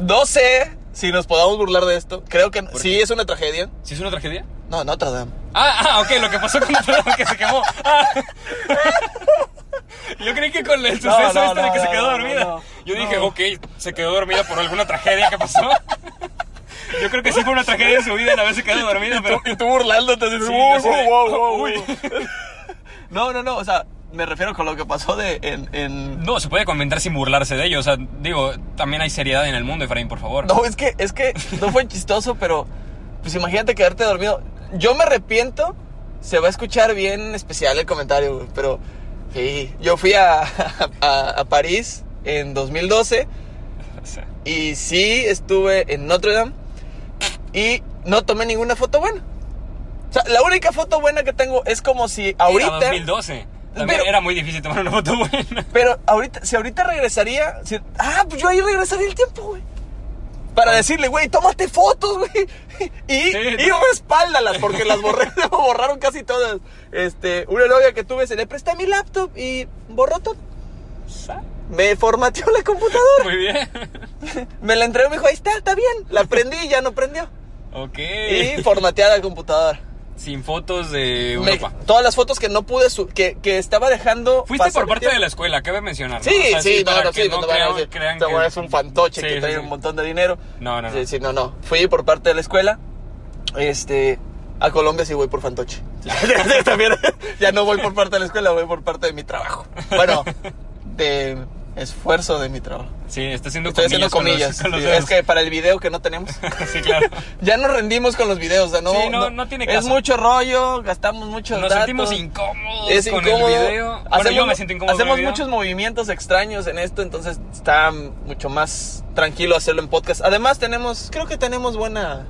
[SPEAKER 1] No sé si nos podamos burlar de esto. Creo que sí es una tragedia.
[SPEAKER 2] ¿Sí es una tragedia?
[SPEAKER 1] No, Notre Dame.
[SPEAKER 2] Ah, ah, ok, lo que pasó con Notre Dame que se quemó. Ah. Yo creí que con el suceso
[SPEAKER 1] no,
[SPEAKER 2] este de
[SPEAKER 1] no,
[SPEAKER 2] que se
[SPEAKER 1] no,
[SPEAKER 2] quedó
[SPEAKER 1] no,
[SPEAKER 2] dormida.
[SPEAKER 1] no,
[SPEAKER 2] Yo dije, ok, se quedó dormida por alguna tragedia que pasó. Yo creo que sí fue una tragedia en su vida la vez se quedó dormida, pero.
[SPEAKER 1] Y tú burlándote.
[SPEAKER 2] Sí,
[SPEAKER 1] dices,
[SPEAKER 2] yo
[SPEAKER 1] "Wow,
[SPEAKER 2] sé.
[SPEAKER 1] wow, wow,
[SPEAKER 2] Uy.
[SPEAKER 1] wow". No, no, no. O sea, me refiero con lo que pasó de en... en-
[SPEAKER 2] No, se puede comentar sin burlarse de ello. O sea, digo, también hay seriedad en el mundo, Efraín, por favor.
[SPEAKER 1] No, es que, es que no fue chistoso, pero... Pues imagínate quedarte dormido. Yo me arrepiento. Se va a escuchar bien especial el comentario, güey, pero... Sí, yo fui a, a- a París en 2012
[SPEAKER 2] O sea,
[SPEAKER 1] y sí estuve en Notre Dame y no tomé ninguna foto buena. O sea, la única foto buena que tengo es como si ahorita...
[SPEAKER 2] Era 2012. También
[SPEAKER 1] Pero-
[SPEAKER 2] era muy difícil tomar una foto buena.
[SPEAKER 1] Pero ahorita, si ahorita regresaría, si- ah, pues yo ahí regresaría el tiempo, güey. Para decirle, güey, tómate fotos, güey. Y,
[SPEAKER 2] Ah. Sí,
[SPEAKER 1] y respáldalas, porque las borré, me borraron casi todas. Este, una novia que tuve se le presté mi laptop y borró todo. Me formateó la computadora.
[SPEAKER 2] Muy bien.
[SPEAKER 1] Me la entregó y me dijo, ahí está, está bien. La prendí y ya no prendió.
[SPEAKER 2] Ok.
[SPEAKER 1] Y formateada la computadora.
[SPEAKER 2] Sin fotos de
[SPEAKER 1] Me-
[SPEAKER 2] Europa.
[SPEAKER 1] todas las fotos que no pude, su- que, que estaba dejando.
[SPEAKER 2] Fuiste
[SPEAKER 1] pasar
[SPEAKER 2] por
[SPEAKER 1] el
[SPEAKER 2] parte
[SPEAKER 1] tiempo.
[SPEAKER 2] de la escuela, cabe mencionar.
[SPEAKER 1] Sí,
[SPEAKER 2] O sea,
[SPEAKER 1] sí, no,
[SPEAKER 2] para
[SPEAKER 1] no,
[SPEAKER 2] que
[SPEAKER 1] sí, no te van a
[SPEAKER 2] crean-
[SPEAKER 1] decir,
[SPEAKER 2] crean
[SPEAKER 1] te
[SPEAKER 2] que-
[SPEAKER 1] es un fantoche
[SPEAKER 2] Sí,
[SPEAKER 1] que
[SPEAKER 2] sí,
[SPEAKER 1] trae
[SPEAKER 2] sí.
[SPEAKER 1] un montón de dinero.
[SPEAKER 2] No, no, no.
[SPEAKER 1] Sí, sí, no, no. Fui por parte de la escuela, este, a Colombia sí voy por fantoche. Sí, También, ya no voy por parte de la escuela, voy por parte de mi trabajo. Bueno, de esfuerzo de mi trabajo.
[SPEAKER 2] Sí, está haciendo
[SPEAKER 1] Estoy haciendo
[SPEAKER 2] comillas.
[SPEAKER 1] comillas.
[SPEAKER 2] con los-
[SPEAKER 1] sí,
[SPEAKER 2] con los
[SPEAKER 1] es que para el video que no tenemos.
[SPEAKER 2] dedos. sí, claro.
[SPEAKER 1] Ya nos rendimos con los videos, o sea, no,
[SPEAKER 2] Sí, no, no tiene
[SPEAKER 1] Es
[SPEAKER 2] caso.
[SPEAKER 1] mucho rollo, gastamos muchos
[SPEAKER 2] Nos
[SPEAKER 1] datos.
[SPEAKER 2] sentimos incómodos
[SPEAKER 1] Es
[SPEAKER 2] con
[SPEAKER 1] incómodo.
[SPEAKER 2] el video. Bueno, yo me siento incómodo con
[SPEAKER 1] hacemos
[SPEAKER 2] el video.
[SPEAKER 1] muchos movimientos extraños en esto, entonces está mucho más tranquilo hacerlo en podcast. Además tenemos, creo que tenemos buena,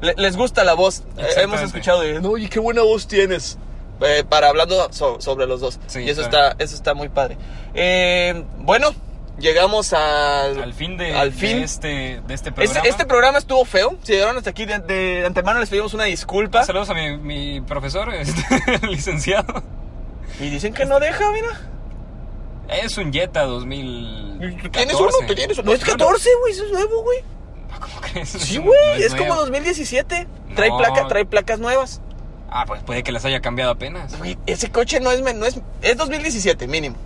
[SPEAKER 1] le- les gusta la voz. Eh, Hemos
[SPEAKER 2] Exactamente.
[SPEAKER 1] escuchado, de, oye, qué buena voz tienes. eh, para hablando so- sobre los dos.
[SPEAKER 2] Sí,
[SPEAKER 1] y eso
[SPEAKER 2] claro.
[SPEAKER 1] está, eso está muy padre. Eh, bueno, llegamos al,
[SPEAKER 2] Al fin de,
[SPEAKER 1] al fin.
[SPEAKER 2] de este, de este programa.
[SPEAKER 1] Este, este programa estuvo feo. Si llegaron hasta aquí de, de antemano, les pedimos una disculpa.
[SPEAKER 2] Saludos a mi, mi profesor, este, licenciado.
[SPEAKER 1] Y dicen que no deja, mira.
[SPEAKER 2] Es un Jetta 2014.
[SPEAKER 1] Tienes uno, que tienes uno. No es 14, güey, eso es nuevo, güey.
[SPEAKER 2] ¿Cómo crees?
[SPEAKER 1] Sí,
[SPEAKER 2] Eso no
[SPEAKER 1] güey, es,
[SPEAKER 2] nuevo.
[SPEAKER 1] como 2017. Trae,
[SPEAKER 2] No.
[SPEAKER 1] placa, trae placas nuevas.
[SPEAKER 2] Ah, pues puede que las haya cambiado apenas.
[SPEAKER 1] Güey, ese coche no es, men- no es. Es 2017, mínimo.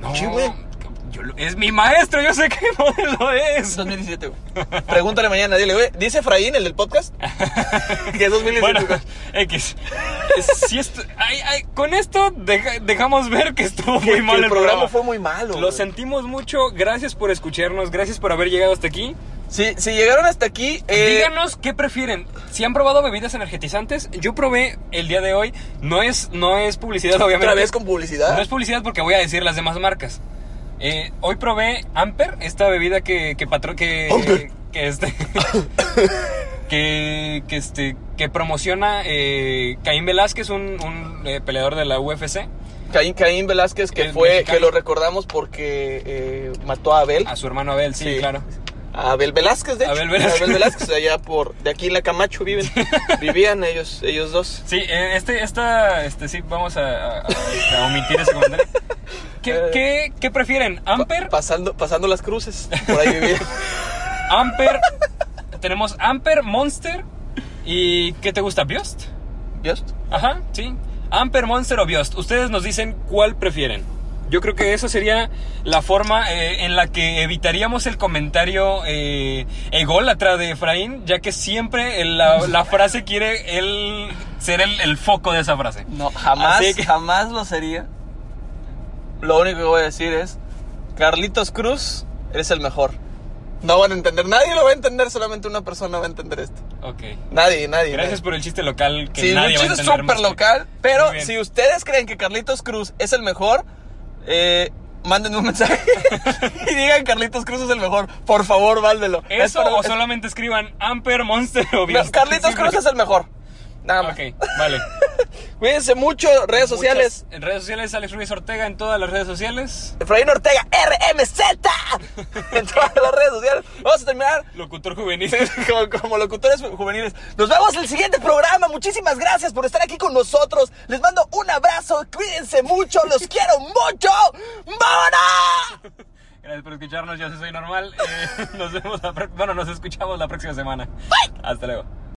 [SPEAKER 2] No,
[SPEAKER 1] Sí, güey.
[SPEAKER 2] yo lo- es mi maestro, yo sé qué modelo es.
[SPEAKER 1] Es 2017, güey. Pregúntale mañana, dile, güey. Dice Efraín, el del podcast, que es 2017.
[SPEAKER 2] Bueno,
[SPEAKER 1] güey.
[SPEAKER 2] X. Si esto- ay, ay, con esto deja- dejamos ver que estuvo muy
[SPEAKER 1] Que
[SPEAKER 2] mal el,
[SPEAKER 1] el programa fue muy malo.
[SPEAKER 2] Lo
[SPEAKER 1] güey.
[SPEAKER 2] sentimos mucho. Gracias por escucharnos. Gracias por haber llegado hasta aquí.
[SPEAKER 1] Si, si llegaron hasta aquí, eh,
[SPEAKER 2] Díganos qué prefieren. Si han probado bebidas energetizantes, yo probé el día de hoy. No es, no es publicidad, obviamente.
[SPEAKER 1] otra vez con publicidad.
[SPEAKER 2] No es publicidad porque voy a decir las demás marcas. Eh, hoy probé Amper, esta bebida que que patro- que,
[SPEAKER 1] Amper.
[SPEAKER 2] que este que, que este que promociona eh, Caín Velázquez, un, un, eh, peleador de la UFC,
[SPEAKER 1] Caín, Caín Velázquez, que
[SPEAKER 2] El
[SPEAKER 1] fue,
[SPEAKER 2] mexicano.
[SPEAKER 1] que lo recordamos porque eh, mató a Abel.
[SPEAKER 2] a su hermano Abel, sí,
[SPEAKER 1] Sí.
[SPEAKER 2] claro.
[SPEAKER 1] A Abel Velázquez, de hecho.
[SPEAKER 2] Abel Velázquez.
[SPEAKER 1] Abel Velázquez, allá por. De aquí en la Camacho viven. Vivían ellos, ellos dos.
[SPEAKER 2] Sí, eh, este, esta, este sí, vamos a, a- a- a omitir ese comentario. ¿Qué,
[SPEAKER 1] Eh.
[SPEAKER 2] qué, qué prefieren? ¿Amper?
[SPEAKER 1] Pasando, pasando las cruces. Por ahí vivían.
[SPEAKER 2] Amper. Tenemos Amper, Monster y ¿qué te gusta? ¿Biost?
[SPEAKER 1] ¿Dios?
[SPEAKER 2] Ajá, sí. Amper, Monster o Biost. Ustedes nos dicen cuál prefieren. Yo creo que esa sería la forma eh, en la que evitaríamos el comentario eh, ególatra de Efraín, ya que siempre el- la, la frase quiere él ser el, el foco de esa frase.
[SPEAKER 1] No, jamás,
[SPEAKER 2] Así que-
[SPEAKER 1] jamás lo sería. Lo único que voy a decir es: Carlitos Cruz, eres el mejor. No van a entender, nadie lo va a entender, solamente una persona va a entender esto.
[SPEAKER 2] Ok.
[SPEAKER 1] Nadie, nadie.
[SPEAKER 2] Gracias por el chiste local que
[SPEAKER 1] Si
[SPEAKER 2] nadie
[SPEAKER 1] Luchis
[SPEAKER 2] va a
[SPEAKER 1] es
[SPEAKER 2] entender
[SPEAKER 1] súper
[SPEAKER 2] más que-
[SPEAKER 1] local, pero
[SPEAKER 2] Muy bien.
[SPEAKER 1] si ustedes creen que Carlitos Cruz es el mejor, eh, mándenme un mensaje y digan Carlitos Cruz es el mejor. Por favor, váldelo. Es
[SPEAKER 2] Eso
[SPEAKER 1] para-
[SPEAKER 2] o
[SPEAKER 1] es-
[SPEAKER 2] solamente escriban Amper Monster o
[SPEAKER 1] No, Carlitos Cruz es el mejor. Nada más.
[SPEAKER 2] Ok, vale.
[SPEAKER 1] Cuídense mucho, redes sociales.
[SPEAKER 2] Muchas- en redes sociales, Alex Ruiz Ortega en todas las redes sociales.
[SPEAKER 1] Efraín Ortega, RMZ. en todas las redes sociales. Vamos a terminar
[SPEAKER 2] Locutor juvenil.
[SPEAKER 1] como, como locutores juveniles. Nos vemos en el siguiente programa. Muchísimas gracias por estar aquí con nosotros. Les mando un abrazo. Cuídense mucho. Los quiero mucho. ¡Vámonos!
[SPEAKER 2] Gracias por escucharnos, yo sí soy normal. Eh, nos vemos la pro- Bueno, nos escuchamos la próxima semana. Hasta luego.